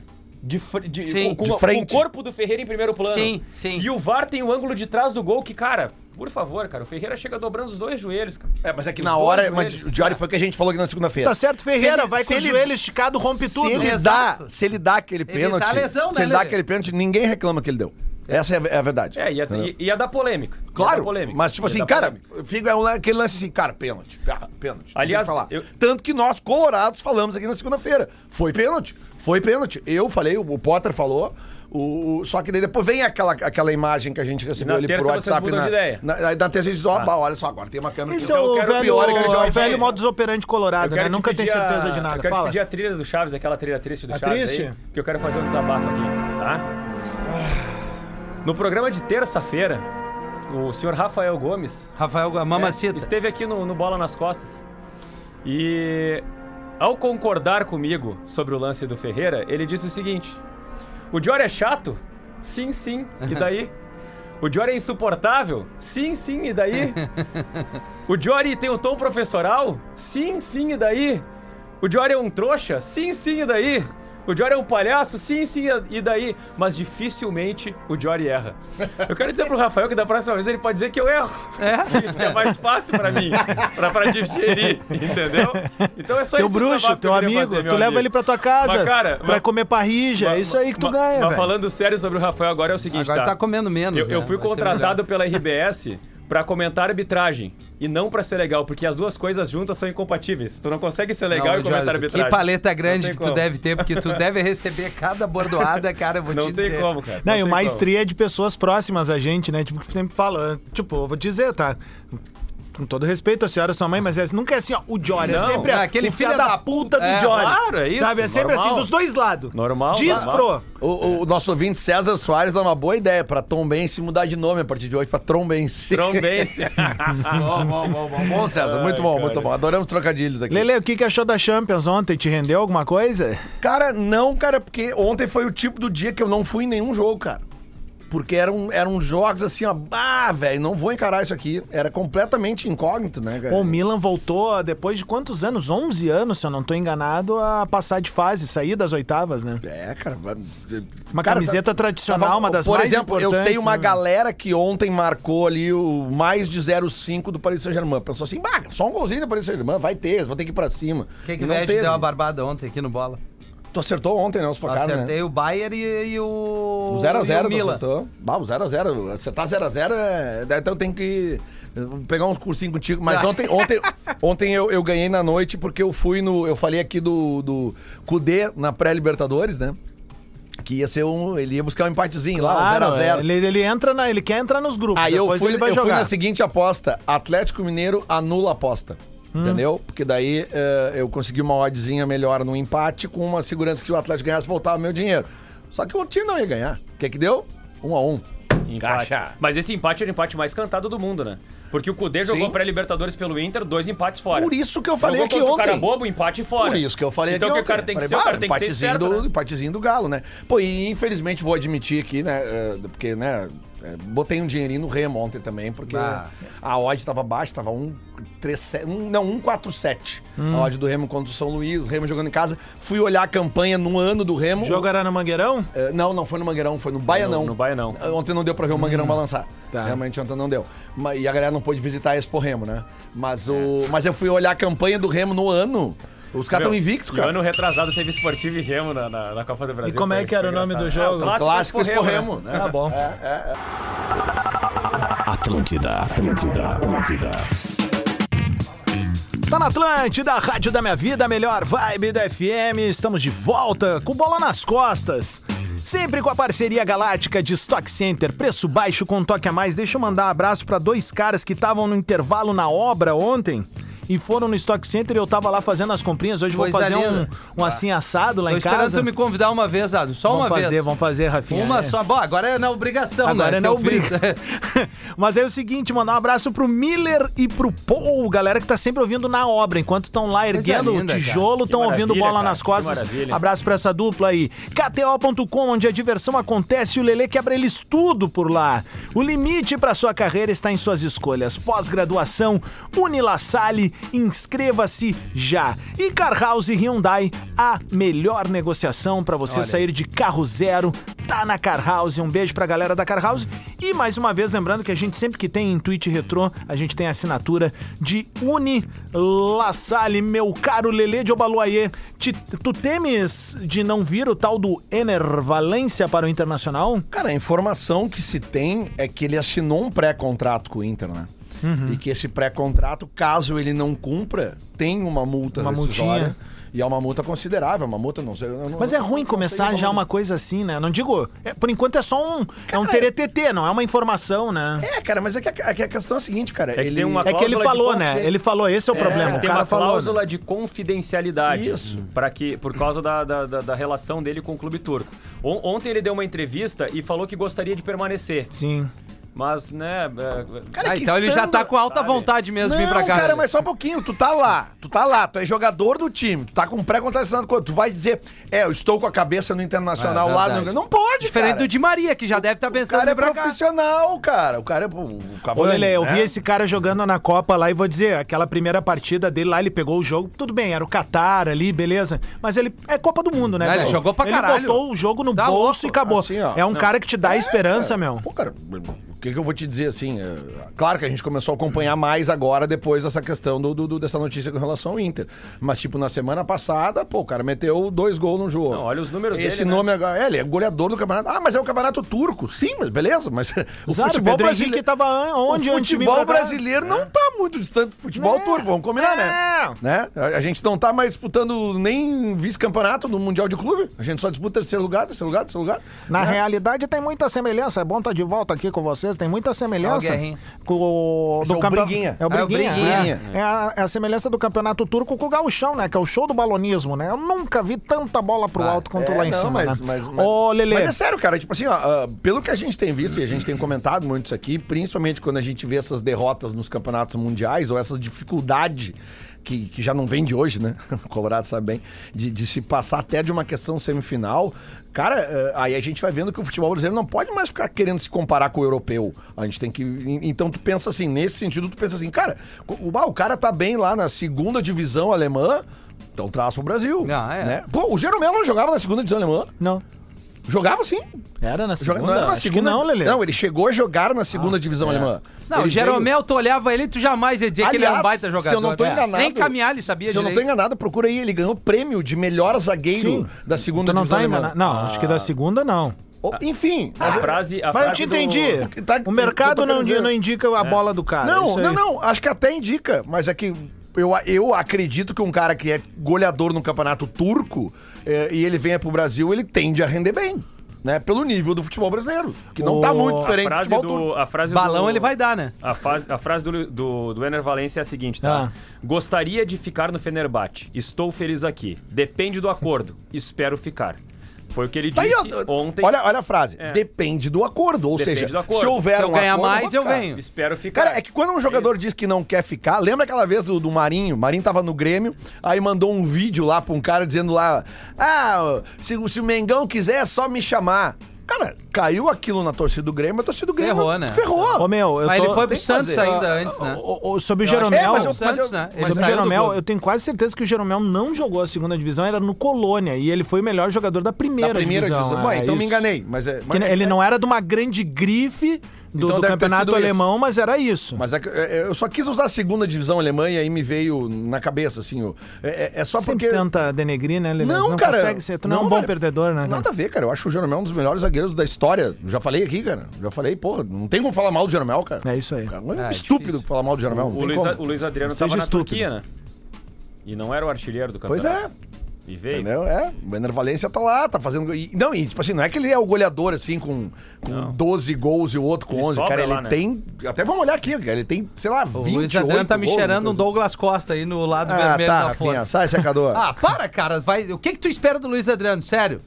Speaker 4: De, fr- de-
Speaker 3: Sim,
Speaker 4: com, com
Speaker 5: de
Speaker 4: uma-
Speaker 5: frente.
Speaker 4: com o corpo do Ferreira em primeiro plano.
Speaker 3: Sim, sim.
Speaker 4: E o VAR tem o ângulo de trás do gol que, cara, por favor, cara, o Ferreira chega dobrando os dois joelhos, cara.
Speaker 5: É, mas é que
Speaker 4: Os
Speaker 5: na
Speaker 4: dois
Speaker 5: hora. Mas
Speaker 4: joelhos.
Speaker 5: o Diário foi o que a gente falou aqui na segunda-feira.
Speaker 2: Tá certo, Ferreira, vai com o
Speaker 5: ele-
Speaker 2: joelho esticado, rompe
Speaker 5: se
Speaker 2: tudo.
Speaker 5: Ele
Speaker 3: Exato.
Speaker 5: dá, se ele dá aquele
Speaker 3: Evitar
Speaker 5: pênalti.
Speaker 3: lesão,
Speaker 5: se
Speaker 3: né,
Speaker 5: ele dá
Speaker 3: Lelê?
Speaker 5: aquele pênalti, ninguém reclama que ele deu. Essa é a, é a verdade.
Speaker 4: É, ia, ia, ia dar polêmica. Ia dar
Speaker 5: Claro,
Speaker 4: polêmica.
Speaker 5: mas tipo
Speaker 4: Ia
Speaker 5: assim,
Speaker 4: dar
Speaker 5: cara,
Speaker 4: polêmica.
Speaker 5: fica é um la- aquele lance assim, cara, pênalti, ah, pênalti. não
Speaker 4: Aliás,
Speaker 5: tem o que falar.
Speaker 4: eu-
Speaker 5: tanto que nós colorados falamos aqui na segunda-feira, foi pênalti, foi pênalti. Eu falei, o, o Potter falou, o, o- só que daí depois vem aquela, aquela imagem que a gente recebeu
Speaker 4: Na
Speaker 5: ali por
Speaker 4: terça vocês
Speaker 5: WhatsApp
Speaker 4: mudam
Speaker 5: na,
Speaker 4: de ideia. Ah.
Speaker 5: na, na, terça a gente diz, ó, bah, olha só, agora tem uma câmera.
Speaker 2: Esse
Speaker 5: aqui, ó.
Speaker 2: é
Speaker 4: Então eu
Speaker 2: o
Speaker 4: quero-
Speaker 2: velho,
Speaker 5: pior é que a gente
Speaker 2: é
Speaker 5: vai
Speaker 2: o velho
Speaker 5: ver.
Speaker 2: modus operandi
Speaker 4: Eu
Speaker 2: colorado,
Speaker 4: quero
Speaker 2: né?
Speaker 4: te
Speaker 2: Nunca tem
Speaker 4: pedir a-
Speaker 2: certeza de
Speaker 4: Eu
Speaker 2: nada.
Speaker 4: quero te
Speaker 2: Fala.
Speaker 4: pedir a trilha do Chaves, aquela trilha triste do
Speaker 2: A
Speaker 4: Chaves
Speaker 2: triste?
Speaker 4: aí, porque eu quero fazer um desabafo aqui, tá? No programa de terça-feira, o senhor Rafael Gomes
Speaker 3: Rafael Gomes,
Speaker 4: É,
Speaker 3: mamacita.
Speaker 4: Esteve aqui no, no Bola nas Costas. E ao concordar comigo sobre o lance do Ferreira, ele disse o seguinte: O Dior é chato? Sim, sim. E daí? O Jory é insuportável? Sim, sim, e daí? o Jory tem o tom professoral? Sim, sim, e daí? O Jory é um trouxa? Sim, sim, e daí? O Jory é um palhaço? Sim, sim, e daí? Mas dificilmente o Jory erra. Eu quero dizer pro Rafael que da próxima vez ele pode dizer que eu erro. É, é mais fácil pra mim, pra, pra digerir, entendeu? Então é só
Speaker 2: Teu
Speaker 4: esse desabafo
Speaker 2: bruxo,
Speaker 4: que
Speaker 2: teu
Speaker 4: eu queria
Speaker 2: amigo,
Speaker 4: fazer, meu
Speaker 2: tu leva
Speaker 4: amigo.
Speaker 2: ele pra tua casa
Speaker 4: Mas, cara,
Speaker 2: pra
Speaker 4: mas-
Speaker 2: comer parrija. é isso aí que tu
Speaker 4: Ma-
Speaker 2: ganha,
Speaker 4: mas
Speaker 2: velho.
Speaker 4: falando sério sobre o Rafael agora é o seguinte,
Speaker 3: Agora tá comendo menos.
Speaker 4: eu, eu
Speaker 3: né?
Speaker 4: fui
Speaker 3: Vai ser
Speaker 4: contratado pela RBS pra comentar arbitragem e não pra ser legal, porque as duas coisas juntas são incompatíveis. Tu não consegue ser
Speaker 3: melhor.
Speaker 4: legal
Speaker 3: Não,
Speaker 4: e comentar
Speaker 3: Jorge,
Speaker 4: arbitragem.
Speaker 3: Que paleta
Speaker 4: Não
Speaker 3: grande
Speaker 4: tem
Speaker 3: que tu
Speaker 4: como.
Speaker 3: deve ter, porque tu deve receber cada bordoada, cara, eu vou
Speaker 4: Não
Speaker 3: te
Speaker 4: tem
Speaker 3: dizer.
Speaker 4: como, cara.
Speaker 2: Não, e
Speaker 4: tem
Speaker 2: uma
Speaker 4: como.
Speaker 2: estria de pessoas próximas a gente, né? Tipo, que sempre fala. Tipo, eu vou dizer, tá? Com todo respeito à senhora, sua mãe, mas é- nunca é assim, ó, o Jory. É
Speaker 4: Não,
Speaker 2: sempre a-
Speaker 3: é aquele
Speaker 2: o
Speaker 3: filho
Speaker 2: fiado
Speaker 3: da
Speaker 2: da puta do
Speaker 3: puta. É,
Speaker 2: Jory.
Speaker 4: claro, é isso,
Speaker 2: Sabe? É sempre
Speaker 4: normal.
Speaker 2: assim, dos dois lados.
Speaker 4: Normal,
Speaker 2: Diz
Speaker 4: normal.
Speaker 2: pro.
Speaker 5: O, o nosso ouvinte César Soares dá uma boa ideia pra Tombense mudar de nome a partir de hoje pra Trombense.
Speaker 4: Trombense.
Speaker 5: Bom, bom, bom, bom, bom, César. Muito bom, muito bom. Adoramos trocadilhos aqui.
Speaker 2: Lele, o que, que achou da Champions ontem? Te rendeu alguma coisa?
Speaker 5: Cara, não, cara, porque ontem foi o tipo do dia que eu não fui em nenhum jogo, cara. Porque eram, eram jogos assim, ó, ah, velho, não vou encarar isso aqui. Era completamente incógnito, né, cara?
Speaker 2: Pô, o Milan voltou depois de quantos anos? 11 anos, se eu não tô enganado, a passar de fase, sair das oitavas, né?
Speaker 5: É, cara. vai-
Speaker 2: Uma
Speaker 5: cara, tá,
Speaker 2: camiseta tradicional,
Speaker 5: tava-
Speaker 2: uma das
Speaker 5: Por
Speaker 2: mais
Speaker 5: exemplo, eu sei
Speaker 2: importantes,
Speaker 5: uma
Speaker 2: né?
Speaker 5: galera que ontem marcou ali o mais de 0,5 do Paris Saint-Germain. Pensou assim, bah, só um golzinho do Paris Saint-Germain, vai ter, eles vão ter que ir pra cima.
Speaker 3: Quem
Speaker 5: E
Speaker 3: que
Speaker 5: não
Speaker 3: deve
Speaker 5: teve.
Speaker 3: deu a barbada ontem aqui no bola?
Speaker 5: Tu acertou ontem, né, os placares, né?
Speaker 3: Acertei o Bayern e, e o.
Speaker 5: O 0x0
Speaker 3: e o Milan.
Speaker 5: acertou. Bah, o 0x0. Acertar 0x0 é. daí Então tem que eh, pegar uns cursinhos contigo. Mas ontem, ontem, ontem eu, eu ganhei na noite porque eu fui no. Eu falei aqui do, do Cudê na pré-Libertadores, né? Que ia ser um. Ele ia buscar um empatezinho lá, um 0x0.
Speaker 2: é, Ele, ele entra na, ele quer entrar nos grupos.
Speaker 5: Aí Ah, eu
Speaker 2: depois
Speaker 5: fui,
Speaker 2: ele vai
Speaker 5: eu fui
Speaker 2: jogar.
Speaker 5: na seguinte aposta: Atlético Mineiro anula a aposta.
Speaker 2: Hum.
Speaker 5: Entendeu? Porque daí eh, eu consegui uma oddzinha melhor no empate, com uma segurança que se o Atlético ganhasse, voltava meu dinheiro. Só que o outro time não ia ganhar. O que que deu? Um a um.
Speaker 4: Empate.
Speaker 5: Caixa.
Speaker 4: Mas esse empate era o empate mais cantado do mundo, né? Porque o Kudê jogou
Speaker 5: Sim.
Speaker 4: pré-Libertadores pelo Inter, dois empates fora.
Speaker 5: Por isso que eu falei
Speaker 4: jogou
Speaker 5: aqui
Speaker 4: contra O cara
Speaker 5: ontem.
Speaker 4: bobo, empate fora.
Speaker 5: Por isso que eu falei
Speaker 4: então
Speaker 5: aqui
Speaker 4: que
Speaker 5: ontem.
Speaker 4: o cara tem que
Speaker 5: Falei,
Speaker 4: ser, o
Speaker 5: "Bah,
Speaker 4: cara tem que ser
Speaker 5: empatezinho
Speaker 4: certo,
Speaker 5: do,
Speaker 4: né?
Speaker 5: empatezinho do Galo, né? Pô, e infelizmente vou admitir aqui, né? eh, Porque, né? eh, Botei um dinheirinho no Remo ontem também, porque
Speaker 3: Bah.
Speaker 5: a odd tava baixa, tava 1,37. Um, não, 1,47.
Speaker 4: Hum.
Speaker 5: A odd do Remo contra o São Luís, Remo jogando em casa. Fui olhar a campanha no ano do Remo.
Speaker 2: O jogo era no Mangueirão?
Speaker 5: Eh, não, não foi no Mangueirão, foi no Baianão.
Speaker 4: no Baianão.
Speaker 5: Eh, Ontem não deu pra ver o Mangueirão balançar.
Speaker 2: Tá.
Speaker 5: Realmente ontem não deu. Ma- E a galera não pôde visitar a Expo Remo, né? Mas, o, mas eu fui olhar a campanha do Remo no ano. Os caras estão
Speaker 4: Meu,
Speaker 5: invictos,
Speaker 4: e
Speaker 5: cara.
Speaker 4: ano retrasado teve Esportivo e Remo na, na, na Copa do Brasil.
Speaker 2: como é
Speaker 4: Foi-
Speaker 2: que era
Speaker 4: foi
Speaker 2: o nome do
Speaker 4: engraçado.
Speaker 2: jogo?
Speaker 4: É, o
Speaker 5: Clássico
Speaker 4: clássico Expo
Speaker 5: Expo
Speaker 4: Remo.
Speaker 5: Remo, né?
Speaker 2: Tá bom.
Speaker 1: Atlântida, Atlântida, Atlântida.
Speaker 2: Tá na Atlântida, a Rádio da Minha Vida, a melhor vibe do FM. Estamos de volta com bola nas costas. Sempre com a parceria galáctica de Stock Center, preço baixo com toque a mais. Deixa eu mandar um abraço pra dois caras que estavam no intervalo na obra ontem e foram no Stock Center e eu tava lá fazendo as comprinhas. Hoje eu vou
Speaker 3: Coisa
Speaker 2: fazer um,
Speaker 3: linda.
Speaker 2: um assim assado lá
Speaker 3: é, Tô
Speaker 2: em
Speaker 3: esperando
Speaker 2: casa.
Speaker 3: tu me convidar uma vez, Ado. Só
Speaker 2: vamos
Speaker 3: uma
Speaker 2: fazer,
Speaker 3: vez.
Speaker 2: vamos fazer, Rafinha.
Speaker 3: Uma
Speaker 2: É.
Speaker 3: só. Bom, agora é na obrigação,
Speaker 2: Agora
Speaker 3: né?
Speaker 2: não
Speaker 3: que eu fiz.
Speaker 2: briga. Mas é o seguinte, mandar um abraço pro Miller e pro Paul, galera que tá sempre ouvindo na obra. Enquanto estão lá erguendo
Speaker 3: linda,
Speaker 2: o
Speaker 3: cara.
Speaker 2: tijolo, estão
Speaker 4: maravilha,
Speaker 2: ouvindo bola
Speaker 4: cara.
Speaker 2: nas
Speaker 4: Que
Speaker 2: costas.
Speaker 4: maravilha.
Speaker 2: Abraço pra essa dupla aí. KTO.com, onde a diversão acontece e o Lele quebra eles tudo por lá. O limite pra sua carreira está em suas escolhas. Pós-graduação, Unila Salle, inscreva-se já. E Car House Hyundai, a melhor negociação pra você
Speaker 3: Olha.
Speaker 2: sair de carro zero. Tá na Car House. Um beijo pra galera da Car House. E mais uma vez, lembrando que a gente sempre que tem em Twitch Retro, a gente tem a assinatura de Uni La Salle, meu caro Lele de Obaluayê. Te- tu temes de não vir o tal do Ener Valência para o Internacional?
Speaker 5: Cara, a informação que se tem é que ele assinou um pré-contrato com o Inter, né? E que esse pré-contrato, caso ele não cumpra, tem uma multa
Speaker 2: Uma
Speaker 5: rescisória.
Speaker 2: multinha.
Speaker 5: E é uma multa considerável, uma multa, não sei. eu não-
Speaker 2: Mas é ruim
Speaker 5: não
Speaker 2: começar
Speaker 5: sei
Speaker 2: já
Speaker 5: como-
Speaker 2: uma coisa assim, né? Não digo, é, por enquanto é só um, é um TRTT, não é uma informação, né?
Speaker 5: É, cara, mas é que a, é que a questão é a seguinte, cara.
Speaker 4: que tem uma
Speaker 2: É que ele
Speaker 4: cláusula de
Speaker 2: falou, né?
Speaker 4: consciência.
Speaker 2: Ele falou, esse é o problema. O
Speaker 4: Tem
Speaker 2: cara
Speaker 4: uma
Speaker 2: falou.
Speaker 4: cláusula
Speaker 2: né?
Speaker 4: de confidencialidade.
Speaker 5: Isso.
Speaker 4: Pra que, por causa da, da, da- da relação dele com o clube turco. On- ontem ele deu uma entrevista e falou que gostaria de permanecer.
Speaker 2: Sim.
Speaker 4: Mas, né. é,
Speaker 5: Cara,
Speaker 3: Ah,
Speaker 5: que
Speaker 3: então ele já
Speaker 5: estando-
Speaker 3: tá com alta vontade mesmo de vir pra cá.
Speaker 5: cara,
Speaker 3: né?
Speaker 5: mas só um pouquinho. Tu tá lá, tu tá lá, tu é jogador do time, tu tá com pré-contratação. Tu vai dizer, é, eu estou com a cabeça no Internacional
Speaker 3: É,
Speaker 5: lá.
Speaker 3: verdade.
Speaker 5: No... Não pode,
Speaker 3: Diferente
Speaker 5: cara.
Speaker 3: do Di Maria, que já deve estar
Speaker 5: O
Speaker 3: pensando
Speaker 5: cara
Speaker 3: em
Speaker 5: é
Speaker 3: ir pra cá.
Speaker 5: profissional, cara. O cara é o o
Speaker 2: Ô,
Speaker 5: Cavani,
Speaker 2: Lele, eu
Speaker 5: né?
Speaker 2: vi esse cara jogando na Copa lá e vou dizer, aquela primeira partida dele lá, ele pegou o jogo, tudo bem, era o Qatar ali, beleza. Mas ele é Copa do Mundo, né,
Speaker 3: Ah, ele
Speaker 2: velho?
Speaker 3: jogou pra caralho.
Speaker 2: Ele botou o jogo no
Speaker 3: Tá
Speaker 2: bolso
Speaker 3: louco.
Speaker 2: e acabou.
Speaker 5: Assim, ó.
Speaker 2: é um cara que te dá esperança, meu.
Speaker 5: É. Pô, cara, o que, que eu vou te dizer assim? é, claro que a gente começou a acompanhar mais agora depois dessa questão do, do- do- dessa notícia com relação ao Inter. Mas, tipo, na semana passada, pô, o cara meteu dois gols no jogo.
Speaker 4: Não, olha os números
Speaker 5: Esse
Speaker 4: dele, né?
Speaker 5: nome agora. É, ele é goleador do campeonato. Ah, mas é o campeonato turco. Sim, mas beleza. Mas o
Speaker 2: Exato, o Pedro Henrique tava an- onde
Speaker 5: o
Speaker 2: antes de vir
Speaker 5: futebol
Speaker 2: pra cá? É.
Speaker 5: brasileiro não tá muito distante do futebol
Speaker 2: Não,
Speaker 5: turco, vamos combinar, né?
Speaker 2: não.
Speaker 5: né? A, a gente não tá mais disputando nem vice-campeonato no Mundial de Clube. A gente só disputa terceiro lugar, terceiro lugar, terceiro lugar.
Speaker 2: Na
Speaker 5: né?
Speaker 2: realidade tem muita semelhança. É bom estar de volta aqui com vocês. Tem muita semelhança
Speaker 3: É o Guerrinha.
Speaker 2: com o
Speaker 5: Esse é o
Speaker 2: campeon-
Speaker 5: Briguinha.
Speaker 2: É o
Speaker 3: Ah, é o
Speaker 2: Briguinha.
Speaker 3: Briguinha.
Speaker 2: né? É, a, é a semelhança do campeonato turco com o gauchão, né? Que é o show do balonismo, né? Eu nunca vi tanta bola pro alto quanto
Speaker 5: É,
Speaker 2: lá em
Speaker 5: não,
Speaker 2: cima.
Speaker 5: Mas,
Speaker 2: né?
Speaker 5: mas, mas-
Speaker 2: Ô, Lele.
Speaker 5: mas é sério, cara. Tipo assim, ó, ah, pelo que a gente tem visto e a gente tem comentado muito isso aqui, principalmente quando a gente vê essas derrotas nos campeonatos mundiais ou essa dificuldade. Que, que já não vem de hoje, né? O Colorado sabe bem. De, de se passar até de uma questão semifinal. Cara, ah, aí a gente vai vendo que o futebol brasileiro não pode mais ficar querendo se comparar com o europeu. A gente tem que. Então tu pensa assim, nesse sentido, tu pensa assim, cara, o, ah, o cara tá bem lá na segunda divisão alemã, então traz pro Brasil.
Speaker 3: Ah, é.
Speaker 5: né? Pô, o Jeromel não jogava na segunda divisão alemã?
Speaker 2: Não.
Speaker 5: Jogava sim.
Speaker 2: Era na
Speaker 5: Joga-
Speaker 2: segunda?
Speaker 5: não era na
Speaker 2: Acho
Speaker 5: segunda.
Speaker 2: que não, Ah, é. Lele.
Speaker 5: Não, ele chegou a jogar na segunda divisão alemã.
Speaker 3: Não,
Speaker 5: ele
Speaker 3: o Jeromel, tu olhava ele, tu jamais ia dizer
Speaker 5: veio-
Speaker 3: que ele é um
Speaker 5: Aliás,
Speaker 3: baita jogador.
Speaker 5: Se eu não tô
Speaker 3: É.
Speaker 5: enganado.
Speaker 3: Nem caminhar ele sabia
Speaker 5: Se eu não tô
Speaker 3: direito.
Speaker 5: enganado, procura aí. Ele ganhou o prêmio de melhor zagueiro
Speaker 2: Sim.
Speaker 5: da segunda
Speaker 2: Tu não
Speaker 5: divisão
Speaker 2: tá
Speaker 5: alemã.
Speaker 2: enganado. Ah. Não, acho que da segunda não.
Speaker 5: Oh, Enfim.
Speaker 4: a
Speaker 5: mas-
Speaker 4: frase. A
Speaker 2: Mas eu
Speaker 4: frase
Speaker 2: te
Speaker 4: do-
Speaker 2: entendi.
Speaker 5: o que tá-
Speaker 2: o
Speaker 5: eu tô
Speaker 2: mercado não,
Speaker 5: querendo dizer-
Speaker 2: não indica a bola do cara.
Speaker 5: Não,
Speaker 2: isso aí.
Speaker 5: não, não. Acho que até indica, mas é que eu, eu acredito que um cara que é goleador no campeonato turco eh, e ele venha pro Brasil, ele tende a render bem. Né, pelo nível do futebol brasileiro, que não tá
Speaker 2: O-
Speaker 5: muito
Speaker 2: a
Speaker 5: diferente
Speaker 4: a frase
Speaker 5: do futebol turco.
Speaker 4: do. A frase
Speaker 3: Balão
Speaker 4: do-
Speaker 3: ele vai dar, né?
Speaker 4: A, fase- a frase do, do, do Ener Valencia é a seguinte, tá?
Speaker 2: Ah.
Speaker 4: Gostaria de ficar no Fenerbahçe. Estou feliz aqui. Depende do acordo. Espero ficar. Foi o que ele
Speaker 5: Tá aí,
Speaker 4: disse
Speaker 5: ó,
Speaker 4: ontem.
Speaker 5: Olha, olha a frase.
Speaker 4: É.
Speaker 5: Depende do acordo. Ou
Speaker 4: Depende
Speaker 5: seja,
Speaker 4: do acordo.
Speaker 5: se houver
Speaker 3: Se eu
Speaker 5: um
Speaker 3: ganhar
Speaker 5: acordo,
Speaker 3: mais,
Speaker 5: vou
Speaker 3: eu
Speaker 5: ficar.
Speaker 3: venho.
Speaker 4: Espero ficar.
Speaker 5: Cara, é que quando um jogador diz que não quer ficar, lembra aquela vez do, do Marinho? Marinho tava no Grêmio, aí mandou um vídeo lá pra um cara dizendo lá: Ah, se, o- se o Mengão quiser, é só me chamar. Cara, caiu aquilo na torcida do Grêmio, a torcida do Grêmio.
Speaker 3: Ferrou, né?
Speaker 5: Ferrou.
Speaker 2: Ô, meu, eu
Speaker 3: Mas
Speaker 2: tô-
Speaker 3: ele foi pro
Speaker 5: tem que
Speaker 3: Santos
Speaker 5: fazer.
Speaker 3: ainda antes, né?
Speaker 2: O- o- sobre o
Speaker 3: Eu acho que-
Speaker 2: Jeromel.
Speaker 5: É, mas eu-
Speaker 3: o Santos, né? Ele
Speaker 2: Mas o
Speaker 3: saiu do
Speaker 2: Jeromel,
Speaker 3: Globo.
Speaker 2: eu tenho quase certeza que o Jeromel não jogou a segunda divisão, era no Colônia, e ele foi o melhor jogador da primeira,
Speaker 5: Da primeira divisão.
Speaker 2: divisão.
Speaker 5: Bom,
Speaker 2: é,
Speaker 5: então me
Speaker 2: isso.
Speaker 5: enganei. Mas é,
Speaker 2: Que
Speaker 5: mas-
Speaker 2: ele não era de uma grande grife do,
Speaker 5: Então
Speaker 2: do
Speaker 5: deve ter sido
Speaker 2: campeonato
Speaker 5: isso.
Speaker 2: alemão, mas era isso.
Speaker 5: Mas é que, é, é, eu só quis usar a segunda divisão alemã e aí me veio na cabeça, assim. o- É, é- é só
Speaker 2: Sempre
Speaker 5: porque.
Speaker 2: tenta denegrir, né, Lelê?
Speaker 5: Não, cara.
Speaker 2: consegue ser. Tu não, é um bom
Speaker 5: velho.
Speaker 2: perdedor, né? cara?
Speaker 5: Nada a ver, cara. Eu acho o Jeromel um dos melhores zagueiros da história. Já falei aqui, cara. Já falei, porra, não tem como falar mal do Jeromel, cara.
Speaker 2: É isso aí.
Speaker 5: Cara, não é,
Speaker 3: É,
Speaker 5: estúpido
Speaker 3: difícil.
Speaker 5: falar mal do Jeromel. não
Speaker 4: Ah, O
Speaker 5: tem
Speaker 4: Luiz, é
Speaker 5: como.
Speaker 4: o Luiz Adriano
Speaker 2: Seja
Speaker 4: estava na
Speaker 2: estúpido.
Speaker 4: Turquia, né? E não era o artilheiro do
Speaker 5: Pois
Speaker 4: campeonato.
Speaker 5: é,
Speaker 4: E veio.
Speaker 5: entendeu? É. O Ener Valência tá lá, tá fazendo. e- não, e tipo assim, não é que ele é o goleador, assim, com, com 12 gols e o outro com
Speaker 4: Ele
Speaker 5: 11.
Speaker 4: sobra
Speaker 5: Cara, ele
Speaker 4: lá, né?
Speaker 5: tem. Até vamos olhar aqui, cara. Ele tem, sei lá, 20
Speaker 3: O Luiz Adriano tá me cheirando um Douglas Costa aí no lado
Speaker 5: né? Ah,
Speaker 3: vermelho
Speaker 5: tá,
Speaker 3: da
Speaker 5: Rafinha, tá.
Speaker 3: força.
Speaker 5: sai, secador.
Speaker 3: Ah, para, cara. Vai... O que que tu espera do Luiz Adriano? Sério?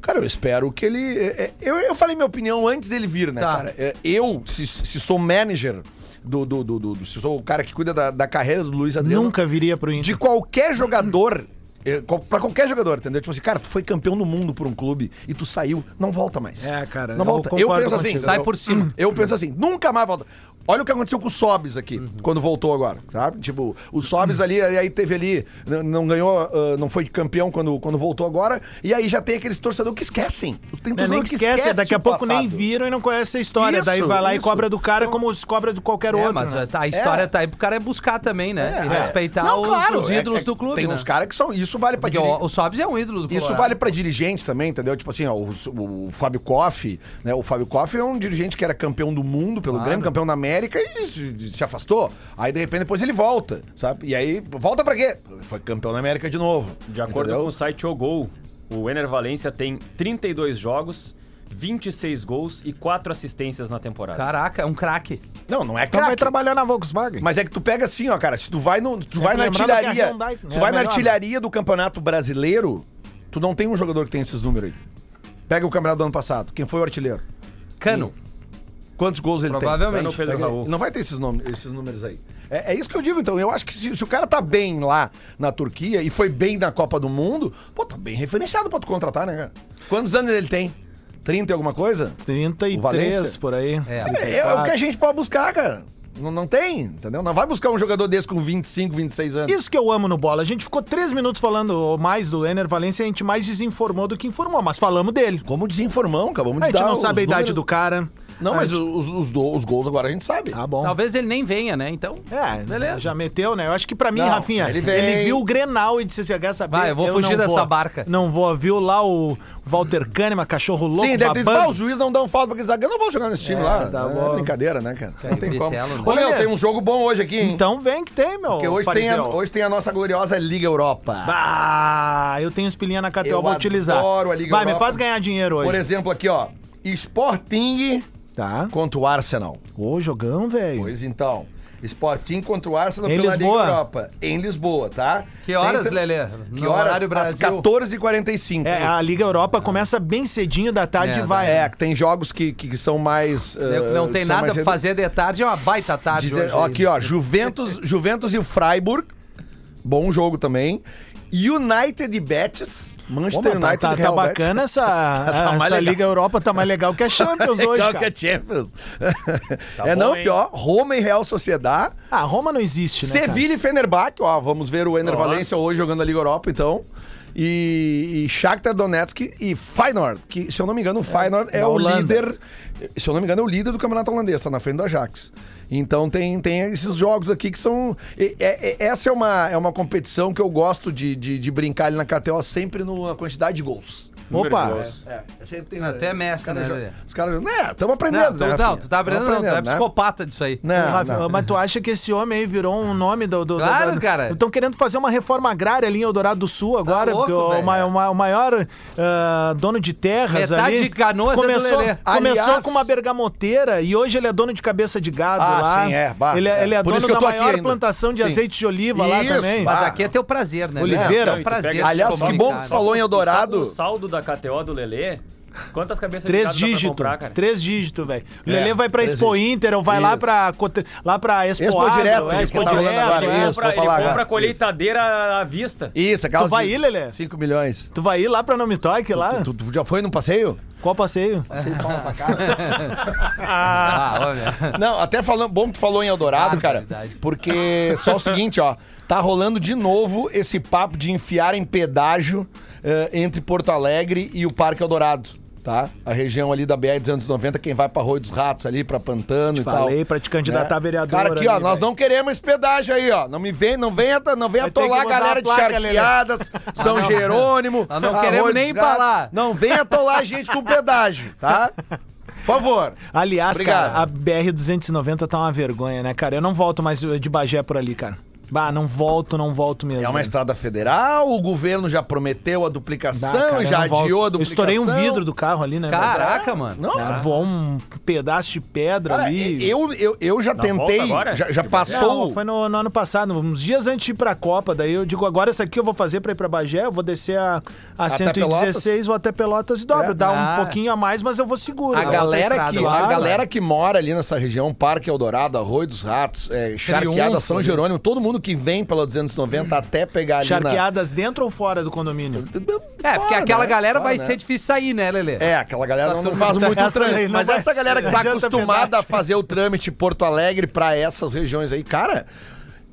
Speaker 5: Cara, eu espero que ele. é, é, Eu, eu falei minha opinião antes dele vir, né,
Speaker 3: Tá.
Speaker 5: cara? É, Eu, se, se sou manager do, do, do, do- do- Se sou o cara que cuida da, da carreira do Luiz Adriano.
Speaker 2: Nunca viria pro Inter.
Speaker 5: De qualquer jogador. é, qual- Pra qualquer jogador, entendeu? Tipo assim, cara, tu foi campeão do mundo por um clube e tu saiu, não volta mais.
Speaker 2: É, cara, eu
Speaker 5: Não volta. Eu
Speaker 2: concordo
Speaker 5: penso assim.
Speaker 2: contigo.
Speaker 5: entendeu?
Speaker 3: Sai por cima.
Speaker 5: Eu penso assim, nunca mais volta. Olha o que aconteceu com o Sobis aqui,
Speaker 2: Uhum.
Speaker 5: quando voltou agora, sabe? Tipo, o Sobis ali, aí teve ali, n- não ganhou, ah, não foi campeão quando, quando voltou agora, e aí já tem aqueles torcedores que esquecem. Tem
Speaker 2: Não, é né?
Speaker 5: torcedor
Speaker 2: nem
Speaker 5: que
Speaker 2: esquece, daqui a
Speaker 5: o
Speaker 2: pouco nem
Speaker 5: passado.
Speaker 2: viram e não conhece a história.
Speaker 5: Isso,
Speaker 2: Daí vai lá
Speaker 5: isso. Então-
Speaker 2: e cobra do cara como se cobra de qualquer
Speaker 3: É,
Speaker 2: outro.
Speaker 3: mas
Speaker 2: né?
Speaker 3: a história tá aí pro cara buscar também, né? e
Speaker 5: É.
Speaker 3: respeitar
Speaker 5: Não,
Speaker 3: os,
Speaker 5: claro,
Speaker 3: os
Speaker 5: é-
Speaker 3: ídolos
Speaker 5: é-
Speaker 3: do clube,
Speaker 5: Tem
Speaker 3: né?
Speaker 5: uns caras que são, isso vale pra
Speaker 3: Porque
Speaker 5: diri-
Speaker 3: o, o Sobs é um ídolo do clube.
Speaker 5: Isso vale pra dirigente também, entendeu? Tipo assim, ó, o, o Fábio Koff, né? O Fábio Koff é um dirigente que era campeão do mundo pelo Grêmio, campeão da América e se, se afastou. Aí, de repente, depois ele volta, sabe? E aí, volta pra quê? Foi campeão da América de novo.
Speaker 4: De acordo
Speaker 5: entendeu?
Speaker 4: com o site Ogol, o Ener Valencia tem 32 jogos, 26 gols e 4 assistências na temporada.
Speaker 3: Caraca, é um craque.
Speaker 5: Não, não é
Speaker 2: Então vai
Speaker 5: craque.
Speaker 2: trabalhar na Volkswagen.
Speaker 5: Mas é que tu pega assim, ó, cara, se tu vai no,
Speaker 2: Sempre
Speaker 5: tu vai na
Speaker 2: lembrando que a
Speaker 5: artilharia,
Speaker 2: Hyundai
Speaker 5: tu
Speaker 2: é
Speaker 5: vai na
Speaker 2: melhor, né?
Speaker 5: artilharia do Campeonato Brasileiro, tu não tem um jogador que tem esses números aí. Pega o campeonato do ano passado, quem foi o artilheiro?
Speaker 3: Cano.
Speaker 5: Quantos gols ele
Speaker 4: Vai
Speaker 3: Provavelmente.
Speaker 4: no Pedro
Speaker 5: tem? É
Speaker 4: Raul.
Speaker 5: Não vai ter esses, nomes, esses números aí. É, é isso que eu digo, então. Eu acho que se, se o cara tá bem lá na Turquia e foi bem na Copa do Mundo, pô, tá bem referenciado pra tu contratar, né, cara? Quantos anos ele tem? 30 e alguma coisa? O
Speaker 2: 33
Speaker 5: Valência?
Speaker 2: por aí.
Speaker 3: É.
Speaker 5: É, é o que a gente pode buscar, cara. Não, não tem, entendeu? Não vai buscar um jogador desse com 25, 26 anos.
Speaker 2: Isso que eu amo no bola. A gente ficou três minutos falando ou mais do Ener Valencia, a gente mais desinformou do que informou, mas falamos dele.
Speaker 5: Como desinformão, acabamos
Speaker 2: A gente não
Speaker 5: os
Speaker 2: sabe a idade do
Speaker 5: números.
Speaker 2: cara.
Speaker 5: Não,
Speaker 2: A
Speaker 5: mas
Speaker 2: gente-
Speaker 5: os, os do- os gols agora a gente sabe.
Speaker 2: Tá bom.
Speaker 3: Talvez ele nem venha, né? Então.
Speaker 2: É,
Speaker 3: Beleza.
Speaker 2: já meteu, né? Eu acho que pra mim,
Speaker 5: Não,
Speaker 2: Rafinha, ele,
Speaker 5: ele vem-
Speaker 2: viu o Grenal e disse assim, quer saber?
Speaker 3: Vai, eu vou fugir
Speaker 2: não
Speaker 3: dessa
Speaker 2: vou.
Speaker 3: barca.
Speaker 2: Não vou. Viu lá o Walter Kahneman, cachorro louco,
Speaker 5: Sim, deve ter dito,
Speaker 2: babando.
Speaker 5: ah, o juiz não dá um falta pra aquele zagueiro. Eu não vou jogar nesse time
Speaker 2: É,
Speaker 5: lá.
Speaker 2: tá
Speaker 5: é
Speaker 2: bom.
Speaker 5: brincadeira, né, cara? Não tem como.
Speaker 3: Bitelo, né?
Speaker 5: Ô, Léo, tem um jogo bom hoje aqui, hein?
Speaker 2: Então vem que tem, meu
Speaker 5: Porque hoje tem, a,
Speaker 2: fariseu.
Speaker 5: hoje tem a nossa gloriosa Liga Europa.
Speaker 2: Bah, eu tenho espinha na KTO,
Speaker 5: Eu
Speaker 2: vou utilizar.
Speaker 5: adoro a Liga
Speaker 2: Vai, me
Speaker 5: Europa.
Speaker 2: faz ganhar dinheiro hoje.
Speaker 5: Por exemplo, aqui, ó. Sporting
Speaker 2: Tá.
Speaker 5: contra o Arsenal.
Speaker 2: Ô, jogão, velho.
Speaker 5: Pois então. Sporting contra o Arsenal
Speaker 2: Em
Speaker 5: pela
Speaker 2: Lisboa.
Speaker 5: Liga Europa. Em Lisboa, tá?
Speaker 3: Que horas,
Speaker 5: Tem-
Speaker 3: Lelê?
Speaker 5: Que
Speaker 3: No
Speaker 5: horas?
Speaker 3: horário
Speaker 5: Às
Speaker 3: Brasil.
Speaker 5: 14h45.
Speaker 2: É, a Liga Europa começa bem cedinho da tarde
Speaker 3: É,
Speaker 2: e vai.
Speaker 5: É, que tem jogos que, que, que são mais.
Speaker 3: né,
Speaker 5: eh,
Speaker 3: não tem
Speaker 5: que são
Speaker 3: nada
Speaker 5: mais
Speaker 3: pra
Speaker 5: cedo.
Speaker 3: fazer de tarde, é uma baita tarde.
Speaker 5: Dizer-
Speaker 3: hoje
Speaker 5: ó,
Speaker 3: aí.
Speaker 5: aqui, ó. Juventus, Juventus e o Freiburg. Bom jogo também. United e Betis.
Speaker 2: Pô,
Speaker 5: Manchester
Speaker 2: mas tá,
Speaker 5: United
Speaker 2: tá,
Speaker 5: e
Speaker 2: tá
Speaker 5: Real Betis.
Speaker 2: bacana essa,
Speaker 5: tá mais
Speaker 2: essa
Speaker 5: legal.
Speaker 2: Liga Europa, tá mais legal que a Champions hoje,
Speaker 5: Legal
Speaker 2: cara.
Speaker 5: que é Champions.
Speaker 4: Tá
Speaker 5: é
Speaker 4: bom,
Speaker 5: não,
Speaker 4: hein?
Speaker 5: pior. Roma e Real Sociedade.
Speaker 2: Ah, Roma não existe, né, cara?
Speaker 5: Sevilha e Fenerbahçe. Ó, vamos ver o Ener
Speaker 4: Ó.
Speaker 5: Valência hoje jogando a Liga Europa, então. E, e Shakhtar Donetsk e Feyenoord, que se eu não me engano o Feyenoord é,
Speaker 2: da
Speaker 5: o
Speaker 2: Holanda.
Speaker 5: líder, se eu não me engano é o líder do campeonato holandês, tá na frente do Ajax. Então tem, tem esses jogos aqui que são e- é- é- essa é uma, é uma competição que eu gosto de, de, de brincar ali na KTO sempre no- na quantidade de gols.
Speaker 2: Opa.
Speaker 4: Maravilhoso.
Speaker 5: É, sempre tem.
Speaker 3: Não, tu é mestre,
Speaker 5: os caras
Speaker 3: né,
Speaker 5: jogam-
Speaker 3: Lelê?
Speaker 5: Os caras, né, estamos
Speaker 3: Não,
Speaker 5: aprendendo,
Speaker 3: tu,
Speaker 5: né?
Speaker 3: não,
Speaker 5: Rafinha?
Speaker 3: tu tá aprendendo, não, tu é
Speaker 5: né?
Speaker 3: psicopata disso aí.
Speaker 5: Não,
Speaker 2: Ô, Rafa,
Speaker 5: não.
Speaker 2: Mas tu acha que esse homem aí virou um nome do. do
Speaker 3: Claro,
Speaker 2: do,
Speaker 3: cara. Tá
Speaker 2: Estão querendo fazer uma reforma agrária ali em Eldorado do Sul agora,
Speaker 3: louco,
Speaker 2: porque o,
Speaker 3: velho.
Speaker 2: ma- o ma- o maior ah, dono de terras
Speaker 3: Metade
Speaker 2: ali.
Speaker 3: de Canoas é do
Speaker 2: começou,
Speaker 3: Lelê.
Speaker 2: começou
Speaker 5: Aliás-
Speaker 2: com uma bergamoteira e hoje ele é dono de cabeça de gado
Speaker 5: Ah,
Speaker 2: lá.
Speaker 5: sim, é, bah,
Speaker 2: ele, é-
Speaker 5: é.
Speaker 2: ele é
Speaker 5: Por isso
Speaker 2: dono
Speaker 5: que eu
Speaker 2: da
Speaker 5: tô aqui
Speaker 2: maior
Speaker 5: ainda.
Speaker 2: plantação de
Speaker 5: Sim.
Speaker 2: azeite de oliva lá
Speaker 5: Isso,
Speaker 2: também.
Speaker 5: bah.
Speaker 3: Mas
Speaker 5: Ah.
Speaker 3: aqui é teu prazer, né?
Speaker 2: Oliveira.
Speaker 3: É um prazer.
Speaker 5: Aliás,
Speaker 3: te
Speaker 5: que bom que
Speaker 3: comunicar.
Speaker 5: tu falou em Eldorado.
Speaker 4: O saldo da KTO do Lelê, quantas
Speaker 5: tá
Speaker 4: cabeças
Speaker 2: Três
Speaker 4: gado dá pra
Speaker 2: dígitos.
Speaker 4: comprar, cara?
Speaker 2: Três dígitos, velho. O
Speaker 5: É,
Speaker 2: Lelê vai pra
Speaker 5: três
Speaker 2: Expo
Speaker 5: dígitos.
Speaker 2: Inter ou vai lá
Speaker 5: Isso.
Speaker 2: pra, Cote- lá pra Expo,
Speaker 5: Expo
Speaker 2: Agro,
Speaker 5: Direto,
Speaker 2: é,
Speaker 5: ele
Speaker 2: Expo
Speaker 5: tá falando
Speaker 2: Direto.
Speaker 5: agora,
Speaker 2: é.
Speaker 5: isso.
Speaker 4: Compra,
Speaker 5: vou
Speaker 4: ele
Speaker 5: falar,
Speaker 4: compra
Speaker 5: cara.
Speaker 4: a colheiradeira à vista.
Speaker 5: Isso, aquela
Speaker 2: Tu vai ir, Lelê?
Speaker 5: 5 milhões.
Speaker 2: Tu vai ir lá pra Não Me Toque lá?
Speaker 5: Tu, tu É. já foi num passeio?
Speaker 2: Qual passeio?
Speaker 3: Ah, olha.
Speaker 5: Não, até falando. Bom que tu falou em Eldorado,
Speaker 3: Ah,
Speaker 5: cara.
Speaker 3: verdade.
Speaker 5: Porque só o seguinte, ó. Tá rolando de novo esse papo de enfiar em pedágio eh, entre Porto Alegre e o Parque Eldorado. Tá? A região ali da BR-290, quem vai pra Rui dos Ratos ali, pra Pantano e tal. É.
Speaker 2: falei pra te candidatar a vereadora
Speaker 5: Cara, aqui, ó,
Speaker 2: ali,
Speaker 5: nós
Speaker 2: velho.
Speaker 5: não queremos esse pedágio aí, ó. Não me vem, não venha, não venha
Speaker 2: Vai ter que
Speaker 5: atolar a
Speaker 2: mudar
Speaker 5: galera
Speaker 2: a placa,
Speaker 5: de
Speaker 2: Lelê. Ah,
Speaker 5: Charqueadas, São Jerônimo.
Speaker 3: Nós não
Speaker 5: Arroio
Speaker 3: queremos
Speaker 5: dos
Speaker 3: nem ir pra
Speaker 5: Gatos.
Speaker 3: lá.
Speaker 5: Não venha atolar a gente com pedágio, tá? Por favor.
Speaker 2: Aliás,
Speaker 5: Obrigado.
Speaker 2: cara, a BR-290 tá uma vergonha, né, cara? Eu não volto mais de Bagé por ali, cara. Bah, não volto, não volto mesmo.
Speaker 5: É uma
Speaker 2: né?
Speaker 5: estrada federal, o governo já prometeu a
Speaker 2: Bah,
Speaker 5: duplicação,
Speaker 2: cara, eu
Speaker 5: já
Speaker 2: não volto.
Speaker 5: adiou a
Speaker 2: Eu
Speaker 5: duplicação.
Speaker 2: Estourei um vidro do carro ali, né?
Speaker 3: Caraca, mano.
Speaker 5: Não,
Speaker 2: Ah, voou um pedaço de pedra
Speaker 5: cara, é,
Speaker 2: ali.
Speaker 5: eu, eu, eu já
Speaker 3: Tá
Speaker 4: Na
Speaker 5: tentei,
Speaker 4: volta agora?
Speaker 5: já, já
Speaker 4: Não,
Speaker 5: passou.
Speaker 2: Não, foi no, no ano passado, uns dias antes de ir pra Copa. Daí eu digo, agora isso aqui eu vou fazer pra ir pra Bagé, eu vou descer a, a
Speaker 5: Até
Speaker 2: 116 ou até Pelotas e dobro.
Speaker 5: É.
Speaker 2: Dá um
Speaker 3: Ah.
Speaker 2: pouquinho a mais, mas eu vou seguro.
Speaker 5: A
Speaker 3: Outra
Speaker 5: galera,
Speaker 3: estrada,
Speaker 5: que,
Speaker 3: claro.
Speaker 5: a galera que mora ali nessa região, Parque Eldorado, Arroio dos Ratos, é, Charqueada,
Speaker 3: Triunfo,
Speaker 5: São
Speaker 3: né?
Speaker 5: Jerônimo, todo mundo que vem pela 290
Speaker 2: Hum.
Speaker 5: até pegar ali
Speaker 2: Charqueadas dentro ou fora do condomínio?
Speaker 5: na...
Speaker 3: É, porque
Speaker 5: Fora,
Speaker 3: aquela
Speaker 5: né?
Speaker 3: galera
Speaker 5: Fora,
Speaker 3: vai
Speaker 5: né?
Speaker 3: ser difícil sair, né, Lelê?
Speaker 5: É, aquela galera
Speaker 3: Tá
Speaker 5: não,
Speaker 3: todo
Speaker 5: não faz
Speaker 3: mundo-
Speaker 5: muito
Speaker 2: Essa
Speaker 5: trâmite.
Speaker 2: daí não
Speaker 5: Mas
Speaker 2: vai-
Speaker 5: essa galera que
Speaker 2: não
Speaker 5: tá
Speaker 2: adianta
Speaker 5: acostumada a
Speaker 2: pedágio.
Speaker 5: fazer o trâmite Porto Alegre pra essas regiões aí, cara,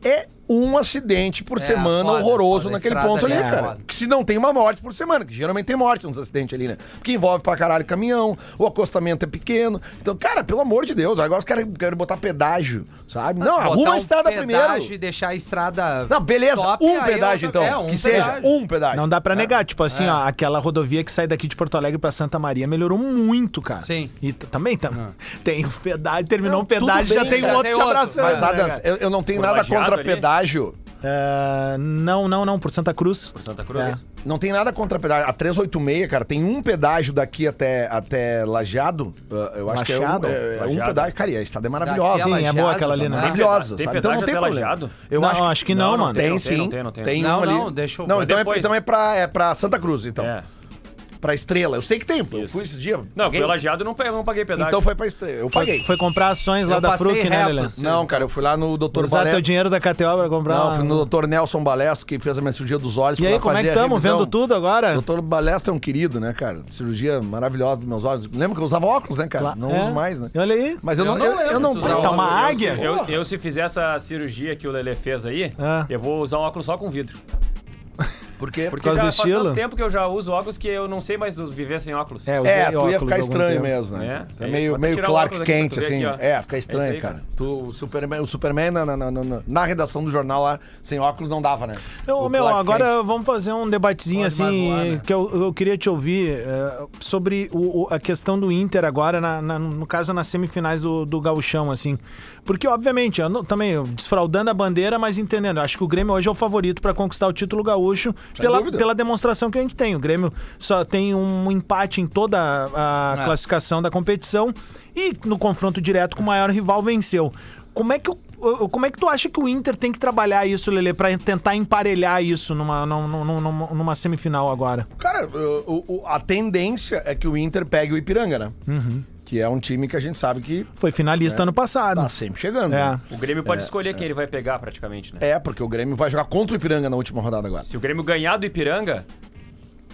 Speaker 5: é um acidente por
Speaker 3: É,
Speaker 5: semana
Speaker 3: foda,
Speaker 5: horroroso
Speaker 3: foda, a
Speaker 5: naquele
Speaker 3: estrada
Speaker 5: ponto ali,
Speaker 3: ali é
Speaker 5: cara.
Speaker 3: foda.
Speaker 5: Que se não tem uma morte por semana, que geralmente tem morte nos acidentes ali, né? Porque envolve pra caralho caminhão, o acostamento é pequeno. Então, cara, pelo amor de Deus, agora os caras querem botar pedágio, sabe? não,
Speaker 3: Botar
Speaker 5: arruma a
Speaker 3: um
Speaker 5: estrada
Speaker 3: pedágio E
Speaker 5: primeiro.
Speaker 3: deixar a estrada.
Speaker 5: Não, beleza,
Speaker 3: top,
Speaker 5: um
Speaker 3: aí
Speaker 5: pedágio
Speaker 3: eu-
Speaker 5: então.
Speaker 3: é, um
Speaker 5: que seja,
Speaker 3: pedágio.
Speaker 5: um pedágio.
Speaker 2: Não dá pra
Speaker 5: É.
Speaker 2: negar, tipo assim, ó, aquela rodovia que sai daqui de Porto Alegre pra Santa Maria melhorou muito, cara.
Speaker 3: Sim.
Speaker 2: E t- também tam- tem um pedágio, terminou
Speaker 5: Ah. Não,
Speaker 2: um pedágio,
Speaker 5: tudo
Speaker 2: já
Speaker 5: bem,
Speaker 2: tem
Speaker 3: já
Speaker 2: outro
Speaker 3: tem
Speaker 2: te
Speaker 3: outro,
Speaker 2: abraçando.
Speaker 5: Mas,
Speaker 2: né,
Speaker 5: Adams,
Speaker 2: cara?
Speaker 5: eu, eu não tenho
Speaker 4: Por
Speaker 5: nada
Speaker 4: lajeado
Speaker 5: contra
Speaker 4: ali?
Speaker 5: pedágio.
Speaker 2: Ah, não, não, não, por Santa Cruz.
Speaker 4: Por Santa Cruz.
Speaker 5: Não tem nada contra pedágio. A 386, cara, tem um pedágio daqui até, até Lajeado. Ah, Eu acho
Speaker 2: Lajeado?
Speaker 5: que é um, é, é um
Speaker 4: Lajeado.
Speaker 5: pedágio. Cara, e a estrada é
Speaker 3: Daqui
Speaker 5: maravilhosa.
Speaker 3: a
Speaker 5: hein?
Speaker 2: Sim, é
Speaker 3: Lajeado,
Speaker 2: boa aquela ali, né?
Speaker 5: É
Speaker 3: Tem
Speaker 5: maravilhosa.
Speaker 4: peda- tem
Speaker 5: sabe? Então não
Speaker 4: pedágio
Speaker 5: tem
Speaker 4: até
Speaker 5: problema.
Speaker 4: Lajeado?
Speaker 5: Eu
Speaker 2: Não,
Speaker 5: acho que
Speaker 2: acho que não,
Speaker 4: não, não
Speaker 2: mano.
Speaker 5: tem,
Speaker 4: não tem,
Speaker 5: sim.
Speaker 4: não tem, não tem.
Speaker 5: um
Speaker 3: Não,
Speaker 5: ali.
Speaker 3: não, deixa eu-
Speaker 5: Não, então, é-
Speaker 4: Depois.
Speaker 5: então é pra, é pra Santa Cruz, então.
Speaker 4: É.
Speaker 5: pra estrela. Eu sei que tem, eu fui esse dia.
Speaker 4: Não,
Speaker 5: paguei.
Speaker 4: fui elogiado não pe- não paguei pedágio.
Speaker 5: Então foi pra estrela. Eu paguei.
Speaker 2: Foi, foi comprar ações lá
Speaker 3: Eu
Speaker 2: da
Speaker 3: passei
Speaker 2: Fruc, né,
Speaker 3: reto,
Speaker 2: Lelê?
Speaker 3: assim.
Speaker 5: Não, cara, eu fui lá no Dr.
Speaker 2: Usar
Speaker 5: Balé.
Speaker 2: teu é dinheiro da KTO pra comprar.
Speaker 5: é Não,
Speaker 2: lá.
Speaker 5: fui no Dr. Nelson Balesto, que fez a minha cirurgia dos olhos.
Speaker 2: E
Speaker 5: fui
Speaker 2: aí,
Speaker 5: lá
Speaker 2: como é que
Speaker 5: fazer a
Speaker 2: estamos?
Speaker 5: revisão.
Speaker 2: Vendo tudo agora?
Speaker 5: Doutor Balestra é um querido, né, cara? Cirurgia maravilhosa dos meus olhos. Lembra que eu usava óculos, né, cara?
Speaker 2: Lá-
Speaker 5: Não
Speaker 2: é.
Speaker 5: uso mais, né?
Speaker 2: Olha aí.
Speaker 5: Mas eu,
Speaker 3: Eu
Speaker 5: não,
Speaker 3: não
Speaker 5: eu, eu
Speaker 3: lembro,
Speaker 5: não
Speaker 3: tu
Speaker 2: Ah,
Speaker 3: usava
Speaker 2: tá
Speaker 5: eu-
Speaker 2: uma
Speaker 3: óculos,
Speaker 2: águia?
Speaker 4: Eu, eu, se fizer essa cirurgia que o Lelê fez aí,
Speaker 2: Ah.
Speaker 4: eu vou usar um óculos só com vidro.
Speaker 5: Por quê?
Speaker 4: Porque
Speaker 2: causa
Speaker 4: já
Speaker 2: do
Speaker 4: faz
Speaker 2: estilo?
Speaker 4: tanto tempo que eu já uso óculos que eu não sei mais viver sem óculos.
Speaker 2: eu usei
Speaker 5: É, tu ia
Speaker 2: óculos
Speaker 5: ficar
Speaker 2: algum
Speaker 5: estranho
Speaker 2: tempo.
Speaker 5: mesmo,
Speaker 4: É,
Speaker 5: né? É,
Speaker 4: é isso.
Speaker 5: meio,
Speaker 4: Vou
Speaker 5: meio
Speaker 4: até tirar o
Speaker 5: Clark
Speaker 4: óculos aqui
Speaker 5: Kent,
Speaker 4: pra tu ver aqui,
Speaker 5: assim.
Speaker 4: ó.
Speaker 5: é, fica
Speaker 4: É isso
Speaker 5: estranho,
Speaker 4: aí,
Speaker 5: cara.
Speaker 4: cara.
Speaker 5: Tu, o Superman, o Superman na, na, na, na- na redação do jornal lá, sem óculos não dava, né?
Speaker 2: Ô,
Speaker 5: O
Speaker 2: meu,
Speaker 5: Clark
Speaker 2: agora
Speaker 5: Kent.
Speaker 2: vamos fazer um debatezinho
Speaker 5: Pode
Speaker 2: assim,
Speaker 5: magoar, né?
Speaker 2: que eu, eu queria te ouvir eh, sobre o- o- a questão do Inter agora, na- na- no caso nas semifinais do, do Gauchão, assim. Porque, obviamente, eu não- também desfraudando a bandeira, mas entendendo, eu acho que o Grêmio hoje é o favorito para conquistar o título gaúcho pela,
Speaker 5: dúvida.
Speaker 2: pela demonstração que a gente tem. O Grêmio só tem um empate em toda a
Speaker 3: É.
Speaker 2: classificação da competição e no confronto direto com o maior rival venceu. Como é que o o- como é que tu acha que o Inter tem que trabalhar isso, Lele, pra tentar emparelhar isso numa, num- num- num- numa, semifinal agora?
Speaker 5: Cara, o- o- a tendência é que o Inter pegue o Ipiranga, né?
Speaker 2: Uhum.
Speaker 5: Que é um time que a gente sabe que
Speaker 2: Foi finalista ano passado.
Speaker 5: tá sempre chegando.
Speaker 2: É.
Speaker 5: né?
Speaker 4: O Grêmio pode escolher quem ele vai pegar praticamente, né?
Speaker 5: É, porque o Grêmio vai jogar contra o Ipiranga na última rodada agora.
Speaker 4: Se o Grêmio ganhar do Ipiranga.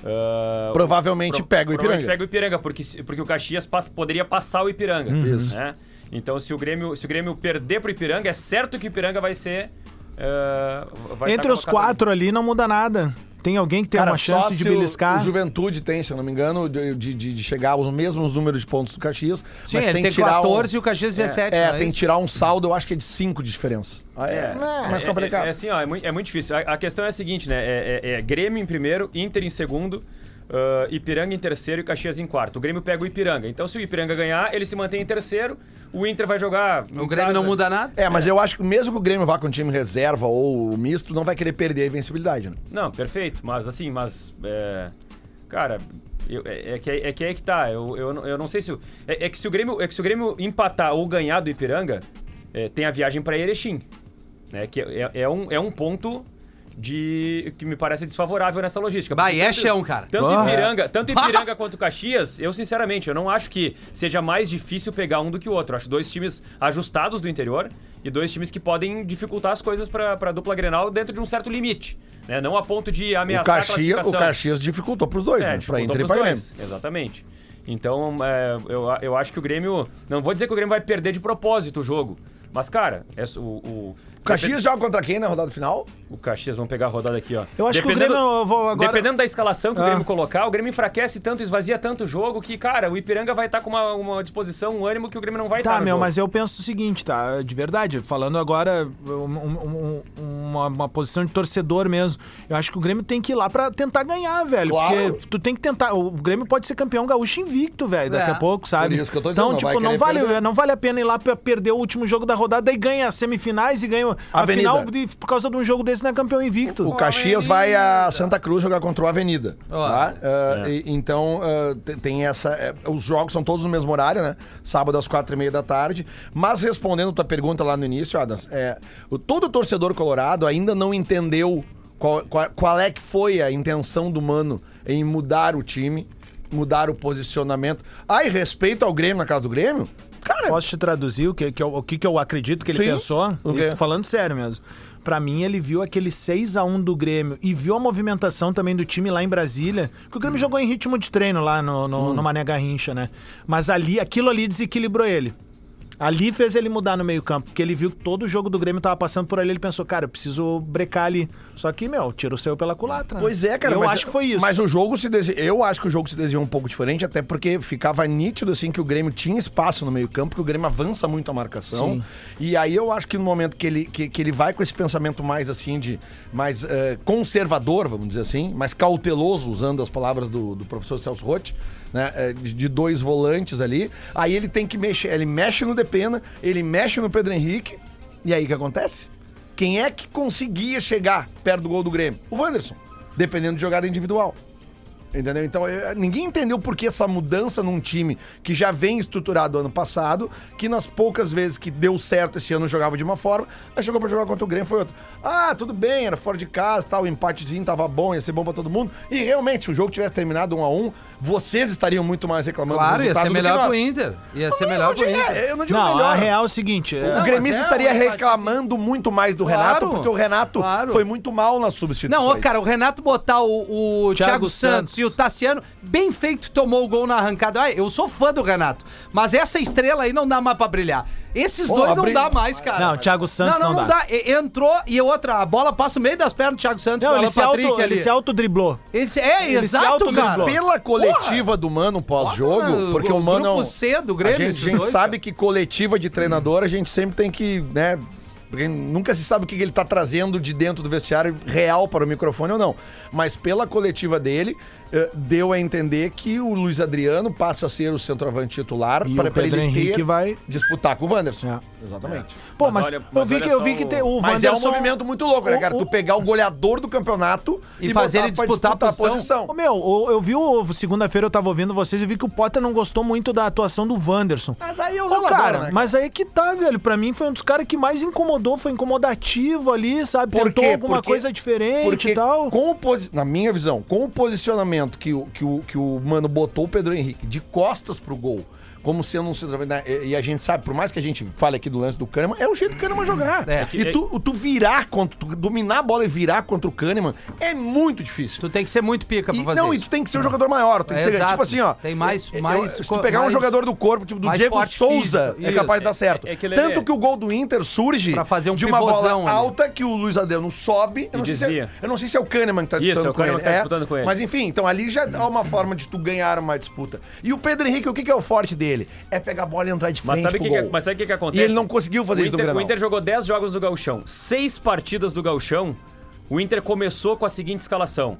Speaker 4: ah,
Speaker 5: Provavelmente
Speaker 4: pro-
Speaker 5: pega o
Speaker 4: provavelmente
Speaker 5: Ipiranga.
Speaker 4: pega o Ipiranga, porque, se- porque o Caxias pas- poderia passar o Ipiranga.
Speaker 2: Uhum.
Speaker 4: né? Então, se o, Grêmio, se o Grêmio perder pro Ipiranga, é certo que o Ipiranga vai ser. ah, vai
Speaker 2: Entre
Speaker 4: tá
Speaker 2: os
Speaker 4: colocado
Speaker 2: quatro ali não muda nada. Tem alguém que tem
Speaker 5: Cara,
Speaker 2: uma
Speaker 5: só
Speaker 2: chance de
Speaker 5: se o-
Speaker 2: beliscar.
Speaker 5: O, Juventude tem, se eu não me engano, de, de- de- de chegar aos mesmos números de pontos do Caxias.
Speaker 3: Sim,
Speaker 5: mas
Speaker 3: ele
Speaker 5: tem,
Speaker 3: tem,
Speaker 5: que tirar
Speaker 3: 14
Speaker 5: um,
Speaker 3: e o Caxias 17.
Speaker 5: É,
Speaker 3: não
Speaker 5: tem que
Speaker 3: isso?
Speaker 5: tirar um saldo, eu acho que é de 5 de diferença. Ah, É, mais
Speaker 4: É,
Speaker 5: complicado.
Speaker 4: É, é assim, ó, é muito, é muito difícil. A, a questão é a seguinte, né? É, é- é Grêmio em primeiro, Inter em segundo, ah, Ipiranga em terceiro e Caxias em quarto. O Grêmio pega o Ipiranga. Então, se o Ipiranga ganhar, ele se mantém em terceiro. O Inter vai jogar.
Speaker 3: O Grêmio não muda nada.
Speaker 5: É, mas eu acho que mesmo que o Grêmio vá com um time reserva ou misto, não vai querer perder a invencibilidade, né?
Speaker 4: Não, perfeito. Mas assim, mas. é, cara. eu- é, é que, é que aí que tá. Eu, eu, não- eu não sei se. o- É, é que se o Grêmio, é que se o Grêmio empatar ou ganhar do Ipiranga, é, tem a viagem pra Erechim. Né? Que é, é um, é um ponto de que me parece desfavorável nessa logística.
Speaker 3: Bah,
Speaker 4: Porque
Speaker 3: e é
Speaker 4: tanto-
Speaker 3: chão, cara.
Speaker 4: Tanto Ipiranga, tanto Ipiranga quanto Caxias, eu sinceramente, eu não acho que seja mais difícil pegar um do que o outro. Eu acho dois times ajustados do interior e dois times que podem dificultar as coisas pra pra dupla Grenal dentro de um certo limite, né? Não a ponto de
Speaker 5: O
Speaker 4: ameaçar a
Speaker 5: Caxias, o
Speaker 4: classificação. É,
Speaker 5: Caxias dificultou pros dois, né? Pra
Speaker 4: dificultou
Speaker 5: Inter e
Speaker 4: pros
Speaker 5: pra Grêmio.
Speaker 4: dois, Exatamente. Então, é, eu, eu acho que o Grêmio... Não vou dizer que o Grêmio vai perder de propósito o jogo, mas, cara, é, o, o,
Speaker 5: O Caxias joga contra quem na rodada final?
Speaker 4: o Caxias, vamos pegar a rodada aqui, ó.
Speaker 2: Eu acho que o
Speaker 4: Dependendo-
Speaker 2: Grêmio eu vou agora.
Speaker 4: Dependendo da escalação que
Speaker 2: Ah.
Speaker 4: o Grêmio colocar, o Grêmio enfraquece tanto, esvazia tanto o jogo que, cara, o Ipiranga vai estar com uma, uma disposição, um ânimo que o Grêmio não vai estar.
Speaker 2: Tá, meu, mas eu penso o seguinte, tá? De verdade, falando agora um- um- um- uma, uma posição de torcedor mesmo. Eu acho que o Grêmio tem que ir lá pra tentar ganhar, velho.
Speaker 5: Claro.
Speaker 2: Porque tu tem que tentar. O Grêmio pode ser campeão gaúcho invicto, velho, daqui
Speaker 3: É.
Speaker 2: a pouco, sabe?
Speaker 5: Por isso que eu tô
Speaker 2: então,
Speaker 5: dizendo,
Speaker 2: tipo,
Speaker 5: vai
Speaker 2: não
Speaker 5: querer
Speaker 2: vale,
Speaker 5: perder.
Speaker 2: não vale a pena ir lá pra perder o último jogo da rodada e ganha as semifinais e ganha a
Speaker 5: Avenida.
Speaker 2: final de- por causa de um jogo desse, não é campeão invicto.
Speaker 5: O Caxias vai a Santa Cruz jogar contra o Avenida.
Speaker 3: Ó.
Speaker 5: tá?
Speaker 2: É.
Speaker 5: Ah, e- então, ah, te- tem essa. é, os jogos são todos no mesmo horário, né? Sábado às quatro e meia da tarde. Mas respondendo tua pergunta lá no início, Adams, é, o, todo torcedor colorado ainda não entendeu qual, qual- qual é que foi a intenção do Mano em mudar o time, mudar o posicionamento. Ai, respeito ao Grêmio na casa do Grêmio? Cara,
Speaker 2: Posso te traduzir o que, que eu- o que, que eu acredito que ele
Speaker 5: É. Sim.
Speaker 2: pensou?
Speaker 5: O quê?
Speaker 2: Eu tô falando sério mesmo. Pra mim, ele viu aquele 6 a 1 do Grêmio e viu a movimentação também do time lá em Brasília. Porque o Grêmio jogou em ritmo de treino lá no, no,
Speaker 5: Hum.
Speaker 2: no Mané Garrincha, né? Mas ali, aquilo ali desequilibrou ele. Ali fez ele mudar no meio-campo, porque ele viu que todo o jogo do Grêmio tava passando por ali. Ele pensou, cara, eu preciso brecar ali. Só que, meu, o tiro saiu pela culatra. né?
Speaker 5: Pois é, cara.
Speaker 2: Eu
Speaker 5: mas-
Speaker 2: acho que foi isso.
Speaker 5: Mas o jogo se desenhou. Eu acho que o jogo se desenhou um pouco diferente, até porque ficava nítido assim que o Grêmio tinha espaço no meio-campo, que o Grêmio avança muito a marcação.
Speaker 2: Sim.
Speaker 5: E aí eu acho que no momento que ele, que, que ele vai com esse pensamento mais assim de mais eh, conservador, vamos dizer assim, mais cauteloso, usando as palavras do, do professor Celso Rotti, né? eh, De, de dois volantes ali. Aí ele tem que mexer. Ele mexe no Depena, ele mexe no Pedro Henrique. E aí o que acontece? Quem é que conseguia chegar perto do gol do Grêmio? O Wanderson, dependendo de jogada individual. Entendeu? Então, eu- ninguém entendeu por que essa mudança num time que já vem estruturado ano passado, que nas poucas vezes que deu certo esse ano jogava de uma forma, aí chegou pra jogar contra o Grêmio foi outra. Ah, tudo bem, era fora de casa, tal, o empatezinho tava bom, ia ser bom pra todo mundo. E realmente, se o jogo tivesse terminado um a um, vocês estariam muito mais reclamando
Speaker 3: Claro, ia
Speaker 5: resultado
Speaker 3: ser
Speaker 5: do que
Speaker 3: melhor
Speaker 5: nós.
Speaker 3: pro Inter. Ia ser
Speaker 5: Eu
Speaker 3: melhor
Speaker 5: não
Speaker 3: pro
Speaker 5: digo-
Speaker 3: Inter.
Speaker 5: é, Eu não digo
Speaker 2: Não, a
Speaker 5: melhor.
Speaker 2: real é o seguinte. é-
Speaker 5: O
Speaker 3: Não, mas
Speaker 5: gremista
Speaker 3: é
Speaker 5: estaria
Speaker 3: um empate,
Speaker 5: reclamando muito mais do
Speaker 3: Claro,
Speaker 5: Renato, porque o Renato
Speaker 3: claro.
Speaker 5: foi muito mal nas substituições.
Speaker 3: Não, ó, cara, o Renato botar o, o Thiago,
Speaker 2: Thiago
Speaker 3: Santos.
Speaker 2: Santos
Speaker 3: e o Tassiano, bem feito, tomou o gol na arrancada. Ai, eu sou fã do Renato, mas essa estrela aí não dá mais pra brilhar. Esses
Speaker 5: Pô,
Speaker 3: dois não
Speaker 5: abri-
Speaker 3: dá mais, cara.
Speaker 2: Não, o Thiago Santos não dá.
Speaker 3: E- Entrou e é outra, a bola passa no meio das pernas do Thiago Santos,
Speaker 2: Não,
Speaker 3: do
Speaker 2: ele
Speaker 3: Alan
Speaker 2: se, auto,
Speaker 3: Patrick
Speaker 2: ele
Speaker 3: ali.
Speaker 2: se autodriblou.
Speaker 3: Esse- é,
Speaker 2: ele se
Speaker 3: exato, cara.
Speaker 2: autodriblou.
Speaker 5: Pela coletiva do Mano
Speaker 3: Bota
Speaker 5: pós-jogo,
Speaker 3: no
Speaker 5: porque o Mano.
Speaker 3: grupo C é do Grêmio,
Speaker 5: a gente, a
Speaker 3: esses
Speaker 5: gente
Speaker 3: dois,
Speaker 5: sabe que coletiva de treinador a gente sempre tem que, né? Porque nunca se sabe o que ele tá trazendo de dentro do vestiário real para o microfone ou não. Mas pela coletiva dele, eh, deu a entender que o Luiz Adriano passa a ser o centroavante titular
Speaker 2: E
Speaker 5: para
Speaker 2: o
Speaker 5: pra
Speaker 2: Pedro
Speaker 5: ele ter
Speaker 2: Henrique vai-
Speaker 5: disputar com o Wanderson.
Speaker 2: É.
Speaker 5: Exatamente.
Speaker 2: Pô,
Speaker 4: Mas
Speaker 2: mas,
Speaker 4: olha-
Speaker 2: eu
Speaker 4: mas
Speaker 2: vi
Speaker 4: olha
Speaker 2: que, eu
Speaker 4: só
Speaker 2: vi que
Speaker 4: o-
Speaker 2: tem o
Speaker 5: Mas é um
Speaker 2: Wanderson-
Speaker 5: movimento muito louco, né, cara?
Speaker 2: o-
Speaker 5: tu pegar o goleador do campeonato
Speaker 3: E fazer
Speaker 5: botar
Speaker 3: ele
Speaker 5: pra
Speaker 3: disputar a
Speaker 2: Ô, meu, o- eu vi o segunda-feira eu tava ouvindo vocês e vi que o Potter não gostou muito da atuação do Wanderson.
Speaker 5: Mas aí é o
Speaker 2: Ô,
Speaker 5: zelador,
Speaker 2: cara,
Speaker 5: né,
Speaker 2: mas aí que tá, velho. Pra mim foi um dos caras que mais incomodou, foi incomodativo ali, sabe?
Speaker 5: Por
Speaker 2: Tentou
Speaker 5: quê?
Speaker 2: alguma
Speaker 5: Porque-
Speaker 2: coisa diferente
Speaker 5: Porque
Speaker 2: e tal.
Speaker 5: com o posi- na minha visão, com o posicionamento que o, que, o, que o Mano botou o Pedro Henrique de costas pro gol, como sendo um centroavante, né, e, e a gente sabe, por mais que a gente fale aqui do lance do Kahneman, é o jeito do Kahneman jogar.
Speaker 3: É.
Speaker 5: E tu, tu virar contra, tu dominar a bola e virar contra o Kahneman é muito difícil.
Speaker 3: Tu tem que ser muito pica pra
Speaker 5: E-
Speaker 3: fazer
Speaker 5: não,
Speaker 3: isso.
Speaker 5: e tu tem que ser um jogador maior. Tem que
Speaker 3: É,
Speaker 5: ser,
Speaker 3: exato.
Speaker 5: tipo assim, ó.
Speaker 3: Tem mais-
Speaker 5: eu- eu-
Speaker 3: mais
Speaker 5: se tu
Speaker 3: co-
Speaker 5: pegar um
Speaker 3: mais-
Speaker 5: jogador do corpo, tipo do
Speaker 3: mais
Speaker 5: Diego
Speaker 3: porte
Speaker 5: Souza,
Speaker 3: físico,
Speaker 5: é capaz
Speaker 3: isso.
Speaker 5: de dar certo.
Speaker 4: É- é que ele
Speaker 5: Tanto
Speaker 4: é-
Speaker 5: que o gol do Inter surge
Speaker 3: Pra fazer um
Speaker 5: de uma bola
Speaker 3: pivôzão ali.
Speaker 5: alta que o Luiz Adriano sobe. Eu não, sei se é,
Speaker 4: desvia.
Speaker 5: eu não sei se é o Kahneman que tá
Speaker 4: Isso,
Speaker 5: disputando
Speaker 4: é o
Speaker 5: com
Speaker 4: Kahneman
Speaker 5: ele.
Speaker 4: que tá disputando com ele.
Speaker 5: Mas enfim, então ali já dá uma forma de tu ganhar uma disputa. E o Pedro Henrique, o que, que é o forte dele? É pegar a bola e entrar de frente
Speaker 4: Mas sabe o
Speaker 5: pro
Speaker 4: que,
Speaker 5: gol.
Speaker 4: que- mas sabe o que, que acontece?
Speaker 5: E ele não conseguiu fazer
Speaker 4: o
Speaker 5: isso
Speaker 4: Inter,
Speaker 5: no Granal.
Speaker 4: O Inter jogou 10 jogos do Gauchão. Seis partidas do Gauchão, o Inter começou com a seguinte escalação.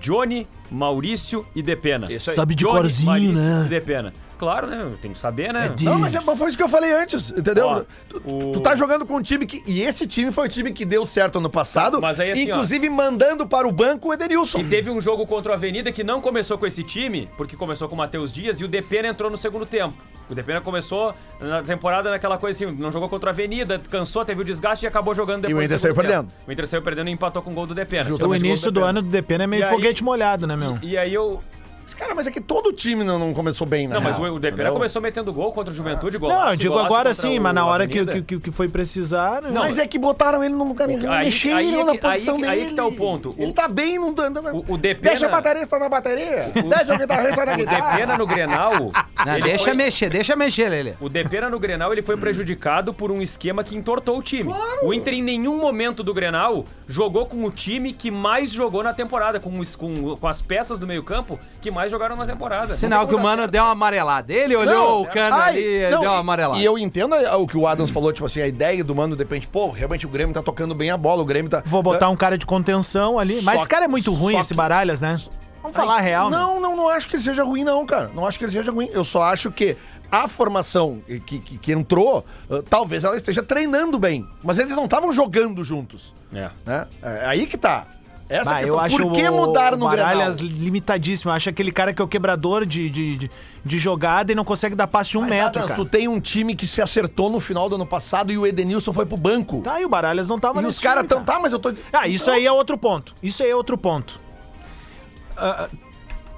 Speaker 4: Johnny, Maurício e Depena.
Speaker 5: Isso aí.
Speaker 2: Sabe de corzinho, né?
Speaker 4: e Depena. Claro, né? Tem que saber, né?
Speaker 2: de-
Speaker 5: Não, mas, é- mas foi isso que eu falei antes, entendeu?
Speaker 4: Ó,
Speaker 5: tu, tu-
Speaker 4: o-
Speaker 5: tu tá jogando com um time que. E esse time foi o time que deu certo ano passado.
Speaker 4: Mas aí, assim,
Speaker 5: inclusive mandando para o banco o Edenilson.
Speaker 4: E teve um jogo contra o Avenida que não começou com esse time, porque começou com o Matheus Dias e o Depena entrou no segundo tempo. O Depena começou na temporada naquela coisa assim, não jogou contra a Avenida, cansou, teve o desgaste e acabou jogando depois
Speaker 5: o
Speaker 4: do
Speaker 5: Inter
Speaker 4: segundo
Speaker 5: saiu
Speaker 4: tempo.
Speaker 5: perdendo.
Speaker 4: O Inter saiu perdendo e empatou com o gol do Depena.
Speaker 5: Justo.
Speaker 2: O
Speaker 5: Também de
Speaker 2: início
Speaker 5: gol do
Speaker 2: do
Speaker 5: Depena.
Speaker 2: ano do Depena é
Speaker 4: E
Speaker 2: meio
Speaker 4: aí-
Speaker 2: foguete molhado, né, meu?
Speaker 4: E aí eu,
Speaker 5: Mas, Cara, mas é que todo time não, não começou bem, né?
Speaker 4: Não, mas o, o Depena começou metendo gol contra o Juventude, golaço,
Speaker 2: Não, eu digo
Speaker 4: golaço
Speaker 2: agora
Speaker 4: contra
Speaker 2: sim,
Speaker 4: o
Speaker 2: mas na hora que,
Speaker 4: Avenida.
Speaker 2: que, que foi precisar. né?
Speaker 4: Não,
Speaker 5: Mas é que botaram ele num lugar errado,
Speaker 4: aí-
Speaker 5: mexeram
Speaker 4: aí é
Speaker 5: na
Speaker 4: que- aí é
Speaker 5: posição
Speaker 4: que-
Speaker 5: dele.
Speaker 4: aí é que tá o ponto.
Speaker 5: Ele
Speaker 4: O-
Speaker 5: tá bem, não... não- não-
Speaker 4: O, o Depena...
Speaker 5: Deixa a baterista na bateria, deixa o guitarrista na
Speaker 4: O
Speaker 5: guitarra.
Speaker 4: Depena no Grenal...
Speaker 2: Ah,
Speaker 3: Não,
Speaker 4: ele
Speaker 3: deixa
Speaker 4: foi-
Speaker 3: mexer, deixa mexer, Lelê.
Speaker 4: O Depena no Grenal ele foi prejudicado por um esquema que entortou o time. O Inter em nenhum momento do Grenal jogou com o time que mais jogou na temporada, com, os- com- com as peças do meio campo que mais jogaram na temporada.
Speaker 3: Sinal que o Mano deu uma amarelada. Ele
Speaker 4: é-
Speaker 3: olhou o cano
Speaker 5: Ai,
Speaker 3: ali e
Speaker 5: não,
Speaker 3: deu uma
Speaker 5: e-
Speaker 3: amarelada.
Speaker 5: E eu entendo a- o que o Adams falou, tipo assim, a ideia do Mano depende, pô, realmente o Grêmio tá tocando bem a bola, o Grêmio tá...
Speaker 2: Vou botar um cara de contenção ali.
Speaker 5: Só
Speaker 2: Mas esse cara é
Speaker 5: que-
Speaker 2: muito ruim,
Speaker 5: só
Speaker 2: esse
Speaker 5: que-
Speaker 2: Baralhas, né? Vamos falar a real, né?
Speaker 5: Não, não, não acho que ele seja ruim, não, cara. Não acho que ele seja ruim. Eu só acho que a formação que, que, que entrou, eh, talvez ela esteja treinando bem. Mas eles não estavam jogando juntos.
Speaker 4: É.
Speaker 5: Né? É aí que tá. Essa é a
Speaker 2: Bah, eu
Speaker 5: questão.
Speaker 2: acho
Speaker 5: Por que
Speaker 2: o-
Speaker 5: mudar
Speaker 2: o
Speaker 5: no Grenal?
Speaker 2: Baralhas limitadíssimo. Eu acho aquele cara que é o quebrador de, de, de, de jogada e não consegue dar passe de um
Speaker 5: Mas,
Speaker 2: metro,
Speaker 5: Adams,
Speaker 2: cara.
Speaker 5: tu tem um time que se acertou no final do ano passado e o Edenilson foi pro banco.
Speaker 2: Tá, e o Baralhas não tava
Speaker 5: e os
Speaker 2: nesse
Speaker 5: caras
Speaker 2: time,
Speaker 5: tão.
Speaker 2: cara.
Speaker 5: Tá, mas eu tô.
Speaker 2: Ah, isso aí é outro ponto. Isso aí é outro ponto. Ah,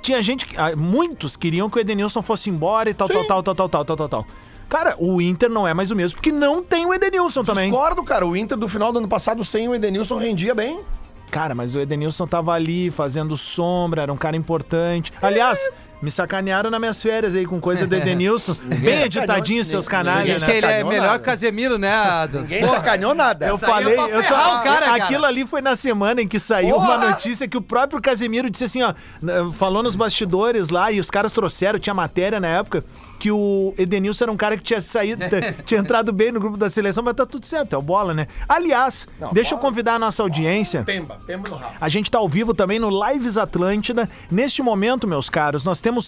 Speaker 2: tinha gente que. ah, muitos queriam que o Edenilson fosse embora e tal,
Speaker 5: Sim.
Speaker 2: tal, tal, tal, tal, tal, tal, tal, tal. Cara, o Inter não é mais o mesmo, porque não tem o Edenilson também.
Speaker 5: Discordo, cara. O Inter do final do ano passado sem o Edenilson rendia bem.
Speaker 2: Cara, mas o Edenilson tava ali fazendo sombra, era um cara importante. Aliás, me sacanearam nas minhas férias aí com coisa do Edenilson. Bem editadinho seus canais,
Speaker 3: Diz que
Speaker 2: né?
Speaker 3: ele é
Speaker 5: Canhão
Speaker 3: melhor
Speaker 5: nada.
Speaker 3: que o Casemiro, né, Adams?
Speaker 5: Ninguém sacaneou nada. é
Speaker 2: Eu
Speaker 3: Saiu
Speaker 2: falei,
Speaker 3: pra
Speaker 2: eu
Speaker 3: ferrar
Speaker 2: só,
Speaker 3: o cara, cara.
Speaker 2: aquilo ali foi na semana em que saiu
Speaker 3: Porra!
Speaker 2: uma notícia que o próprio Casemiro disse assim, ó, n- falou nos bastidores lá e os caras trouxeram, tinha matéria na época que o Edenilson era um cara que tinha saído, tinha entrado bem no grupo da seleção, mas tá tudo certo, é o bola, né? Aliás, deixa eu
Speaker 5: Bola-
Speaker 2: convidar a nossa audiência.
Speaker 5: Pemba, pemba no rabo.
Speaker 2: A gente tá ao vivo também no Lives Atlântida. Neste momento, meus caros, nós temos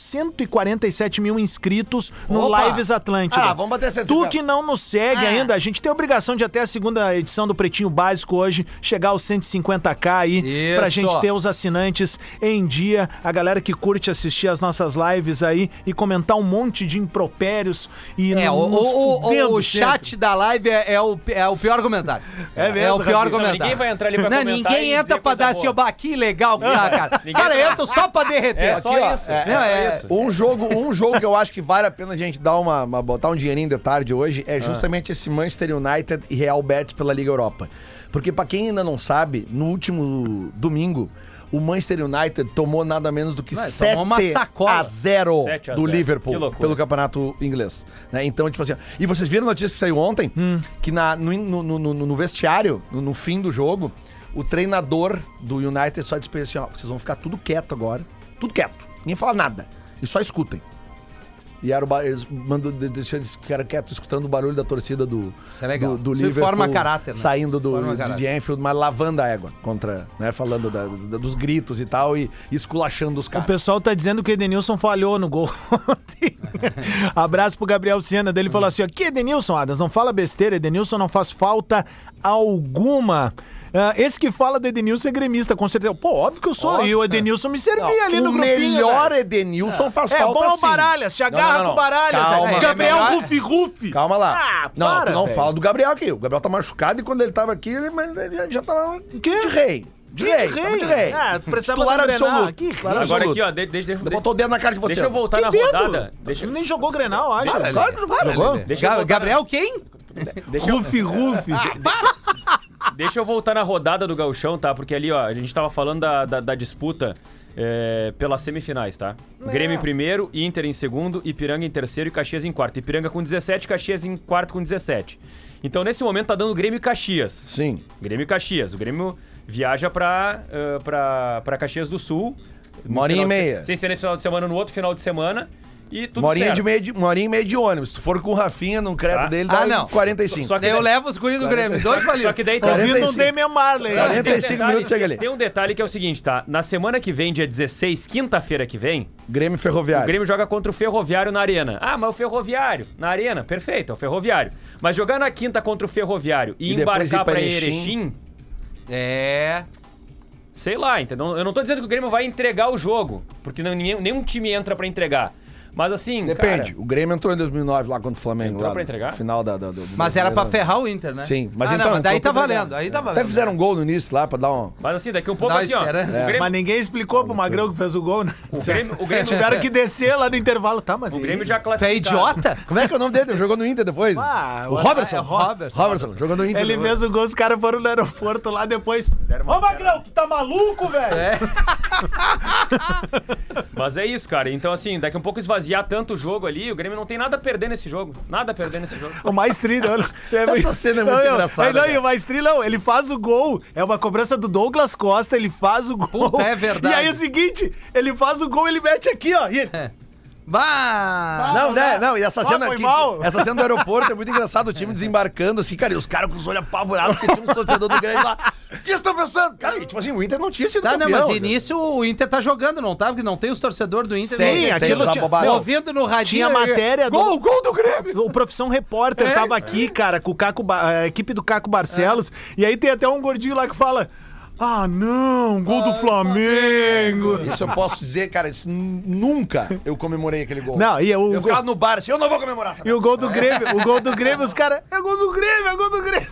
Speaker 2: 147 mil inscritos no
Speaker 3: Opa!
Speaker 2: Lives Atlântida.
Speaker 5: Ah, vamos bater 150.
Speaker 2: Tu que não nos segue
Speaker 6: Ah.
Speaker 2: ainda, a gente tem a obrigação de até a segunda edição do Pretinho Básico hoje chegar aos 150k aí,
Speaker 3: Isso.
Speaker 2: pra gente ter os assinantes em dia, a galera que curte assistir as nossas lives aí e comentar um monte de impropérios e
Speaker 3: É, o,
Speaker 2: no- tá nos
Speaker 3: o- o-
Speaker 2: fudendo
Speaker 3: o
Speaker 2: sempre.
Speaker 3: chat da live é, é o, é o pior comentário.
Speaker 2: É mesmo,
Speaker 3: É o pior
Speaker 2: Rafinha?
Speaker 4: Não,
Speaker 3: comentário.
Speaker 4: ninguém vai entrar ali pra
Speaker 3: Não,
Speaker 4: comentar
Speaker 3: ninguém
Speaker 4: e dizer
Speaker 3: entra pra
Speaker 4: coisa
Speaker 3: dar assim,
Speaker 4: boa.
Speaker 3: ó, "Bah, que legal que tá, cara. Os caras entram só pra derreter.
Speaker 4: É só
Speaker 3: Aqui, ó.
Speaker 4: isso.
Speaker 3: É, não,
Speaker 4: é
Speaker 3: é,
Speaker 4: só isso.
Speaker 5: Um jogo, um jogo que eu acho que vale a pena a gente dar uma, uma- botar um dinheirinho de tarde hoje
Speaker 3: Ah.
Speaker 5: é justamente esse Manchester United e Real Betis pela Liga Europa. Porque pra quem ainda não sabe, no último domingo o Manchester United tomou nada menos do que
Speaker 3: Não,
Speaker 5: 7
Speaker 3: tomou uma sacola.
Speaker 5: a 0
Speaker 4: 7 a
Speaker 5: do
Speaker 4: 0. Que
Speaker 5: Liverpool
Speaker 4: loucura.
Speaker 5: pelo campeonato inglês. né? Então, tipo assim, ó, e vocês viram a notícia que saiu ontem
Speaker 4: Hum.
Speaker 5: que na- no, no- no- no vestiário, no, no fim do jogo, o treinador do United só disse pra eles assim: ó, vocês vão ficar tudo quieto agora. Tudo quieto. Ninguém fala nada. E só escutem. E era o bar... eles mandou de- deixou eles ficaram quietos escutando o barulho da torcida do
Speaker 3: Isso é legal.
Speaker 5: do, do
Speaker 3: Isso
Speaker 5: Liverpool
Speaker 3: forma caráter, né?
Speaker 5: saindo do
Speaker 3: Forma
Speaker 5: de- de
Speaker 3: caráter.
Speaker 5: Anfield, mas lavando a égua contra, né, falando da- da- dos gritos e tal e esculachando os
Speaker 2: O
Speaker 5: caras.
Speaker 2: pessoal tá dizendo que o Edenilson falhou no gol ontem. Abraço pro Gabriel Senna. Ele falou assim: ó, que Edenilson, Adas, não fala besteira, Edenilson não faz falta alguma. Ah, esse que fala do Edenilson é gremista, com certeza. Pô, óbvio que eu sou. E o Edenilson me servia
Speaker 5: Não,
Speaker 2: ali no
Speaker 5: o
Speaker 2: grupinho.
Speaker 5: melhor
Speaker 2: velho.
Speaker 5: Edenilson faz
Speaker 2: é
Speaker 5: falta
Speaker 2: bom o
Speaker 5: sim.
Speaker 2: Baralhas, te
Speaker 5: Não, não,
Speaker 2: agarra
Speaker 5: não, não.
Speaker 2: com o Baralhas.
Speaker 5: Calma,
Speaker 2: é. Gabriel
Speaker 3: melhor-
Speaker 2: Rufi Rufi.
Speaker 5: Calma lá.
Speaker 2: Ah,
Speaker 5: não,
Speaker 2: para,
Speaker 5: tu não
Speaker 2: velho.
Speaker 5: fala do Gabriel aqui. O Gabriel tá machucado e quando ele tava aqui, ele, mas ele já- já tava de rei. De rei. tava De rei.
Speaker 2: Ah, precisava
Speaker 5: Titular
Speaker 2: do Grenal.
Speaker 5: absoluto.
Speaker 2: Que
Speaker 5: Titular
Speaker 4: Agora
Speaker 5: absoluto.
Speaker 4: aqui, ó, de- deixa, deixa,
Speaker 5: Botou o dedo na cara de você.
Speaker 4: deixa eu voltar na
Speaker 2: Que dedo?
Speaker 4: rodada. Deixa,
Speaker 2: Nem jogou Grenal, acho.
Speaker 5: Para, Claro que jogou. jogou.
Speaker 3: Lelê.
Speaker 4: Deixa eu
Speaker 3: Ga-
Speaker 4: voltar
Speaker 3: Gabriel quem?
Speaker 4: deixa eu-
Speaker 2: Rufi Rufi.
Speaker 5: Ah,
Speaker 4: Deixa eu voltar na rodada do gauchão, tá? Porque ali, ó, a gente tava falando da, da, da disputa é, pelas semifinais, tá?
Speaker 5: É.
Speaker 4: Grêmio em primeiro, Inter em segundo, Ipiranga em terceiro e Caxias em quarto. Ipiranga com 17, Caxias em quarto com 17. Então, nesse momento, tá dando Grêmio e Caxias.
Speaker 5: Sim.
Speaker 4: Grêmio e Caxias. O Grêmio viaja pra, ah, pra, pra Caxias do Sul. no
Speaker 5: Uma horinha
Speaker 4: final
Speaker 5: e
Speaker 4: de se-
Speaker 5: meia.
Speaker 4: Sem ser nesse final de semana, no outro final de semana. E tudo
Speaker 5: Uma horinha,
Speaker 4: certo.
Speaker 5: de meio de, uma horinha e meia de ônibus. Se tu for com o Rafinha num credo
Speaker 4: Tá.
Speaker 5: dele,
Speaker 3: Ah,
Speaker 5: dá
Speaker 3: não.
Speaker 5: 45.
Speaker 4: Só que
Speaker 3: Eu
Speaker 4: daí-
Speaker 3: levo os guris do Grêmio, dois
Speaker 4: Só
Speaker 3: palitos.
Speaker 4: que daí tá
Speaker 2: Ouvindo um
Speaker 5: 45.
Speaker 2: Damian Marley.
Speaker 4: Tem um
Speaker 5: 45
Speaker 4: detalhe-
Speaker 5: minutos chega ali.
Speaker 4: Tem um detalhe que é o seguinte, tá? Na semana que vem, dia 16, quinta-feira que vem,
Speaker 2: um
Speaker 5: Grêmio
Speaker 4: o
Speaker 5: Ferroviário.
Speaker 4: Grêmio joga contra o Ferroviário na Arena. Ah, mas o Ferroviário na Arena, perfeito, é o Ferroviário. Mas jogar na quinta contra o Ferroviário e,
Speaker 5: E depois ir
Speaker 4: embarcar
Speaker 5: pra
Speaker 4: pra
Speaker 5: Erechim.
Speaker 4: Erechim,
Speaker 3: É.
Speaker 4: sei lá, entendeu? Eu não tô dizendo que o Grêmio vai entregar o jogo, porque não- ninguém- nenhum time entra pra entregar. Mas assim,
Speaker 5: Depende.
Speaker 4: cara,
Speaker 5: o Grêmio entrou em 2009 lá contra o Flamengo.
Speaker 4: Entrou
Speaker 5: lá,
Speaker 4: pra entregar?
Speaker 5: no Final da, da- do, do
Speaker 3: Mas era pra
Speaker 5: brasileiro.
Speaker 3: ferrar o Inter, né?
Speaker 5: Sim, mas
Speaker 3: ah,
Speaker 5: então.
Speaker 3: não, mas daí tá
Speaker 5: entrou pra entregar.
Speaker 3: valendo, aí tá valendo.
Speaker 5: Até fizeram um gol no início lá pra dar um.
Speaker 4: mas assim, daqui a um pouco
Speaker 3: Dá
Speaker 4: assim, ó. O
Speaker 3: esperança.
Speaker 4: Grêmio,
Speaker 2: Mas ninguém explicou pro Magrão que fez o gol, né?
Speaker 4: o Grêmio- o Grêmio-
Speaker 2: Tiveram que descer lá no intervalo, tá? Mas
Speaker 4: o
Speaker 2: aí-
Speaker 4: Grêmio já
Speaker 3: Tu é
Speaker 4: classificou.
Speaker 3: idiota?
Speaker 5: Como é que é o nome dele? Jogou no Inter depois?
Speaker 2: Ah,
Speaker 5: o né?
Speaker 2: o-
Speaker 5: Robertson.
Speaker 3: é, Robertson.
Speaker 5: Robertson, jogou no Inter.
Speaker 2: Ele
Speaker 5: depois.
Speaker 2: fez o gol, os caras foram no aeroporto lá depois.
Speaker 4: uma
Speaker 2: Ô, Magrão, tu tá maluco, velho?
Speaker 3: É.
Speaker 4: Mas é isso, cara. Então, assim, daqui a pouco esvaziar tanto o jogo ali, o Grêmio não tem nada a perder nesse jogo. Nada a perder nesse jogo.
Speaker 2: O mais trilho.
Speaker 5: Essa cena é muito engraçada,
Speaker 2: Não, e
Speaker 5: cara.
Speaker 2: o mais trilho, não, ele faz o gol. É uma cobrança do Douglas Costa, ele faz o gol.
Speaker 3: Puta, é verdade.
Speaker 2: E aí é o seguinte, ele faz o gol, ele mete aqui, ó. E...
Speaker 3: Bah!
Speaker 5: Não, né? Não, e essa
Speaker 2: Ah,
Speaker 5: cena
Speaker 2: foi
Speaker 5: aqui,
Speaker 2: mal.
Speaker 5: essa cena do aeroporto é muito engraçado, o time desembarcando assim, cara, e os caras com os olhos apavorados, porque tinha um torcedor do Grêmio lá. O que vocês estão pensando? Cara, e, tipo assim, o Inter não tinha sido
Speaker 3: Tá, não,
Speaker 5: campeão. né?
Speaker 3: mas início o Inter tá jogando, não tá? Porque não tem os torcedores do Inter.
Speaker 5: Sem,
Speaker 3: não tem-
Speaker 5: sem
Speaker 2: aquilo
Speaker 5: usar
Speaker 2: tinha-
Speaker 5: bobagem.
Speaker 3: Tô ouvindo no radinho.
Speaker 2: Tinha matéria do-
Speaker 3: Gol, gol do Grêmio!
Speaker 2: O Profissão Repórter
Speaker 3: É,
Speaker 2: tava
Speaker 3: isso
Speaker 2: aqui, cara, com o Caco Ba- a equipe do Caco Barcelos. E aí tem até um gordinho lá que fala: Ah, não, gol do Flamengo.
Speaker 5: Isso eu posso dizer, cara, isso n- nunca eu comemorei aquele gol.
Speaker 2: Não, e o-
Speaker 5: eu ficava no bar assim, eu não vou comemorar essa
Speaker 2: E o gol do Grêmio, o gol do Grêmio, os caras. É gol do Grêmio, é gol do Grêmio.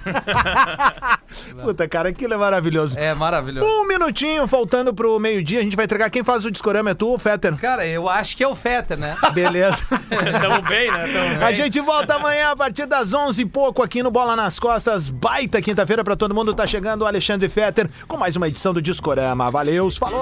Speaker 2: Puta, cara, aquilo é maravilhoso.
Speaker 3: É maravilhoso.
Speaker 2: Um minutinho faltando pro meio-dia, a gente vai entregar. Quem faz o discorama é tu, Fetter?
Speaker 3: Cara, eu acho que é o Feta, né?
Speaker 2: Beleza.
Speaker 4: Tamo bem, né? Tamo bem.
Speaker 2: A gente volta amanhã a partir das 11 e pouco aqui no Bola nas Costas. Baita quinta-feira pra todo mundo. Tá chegando o Alexandre Fetter com mais uma edição do Discorama. Valeu, falou!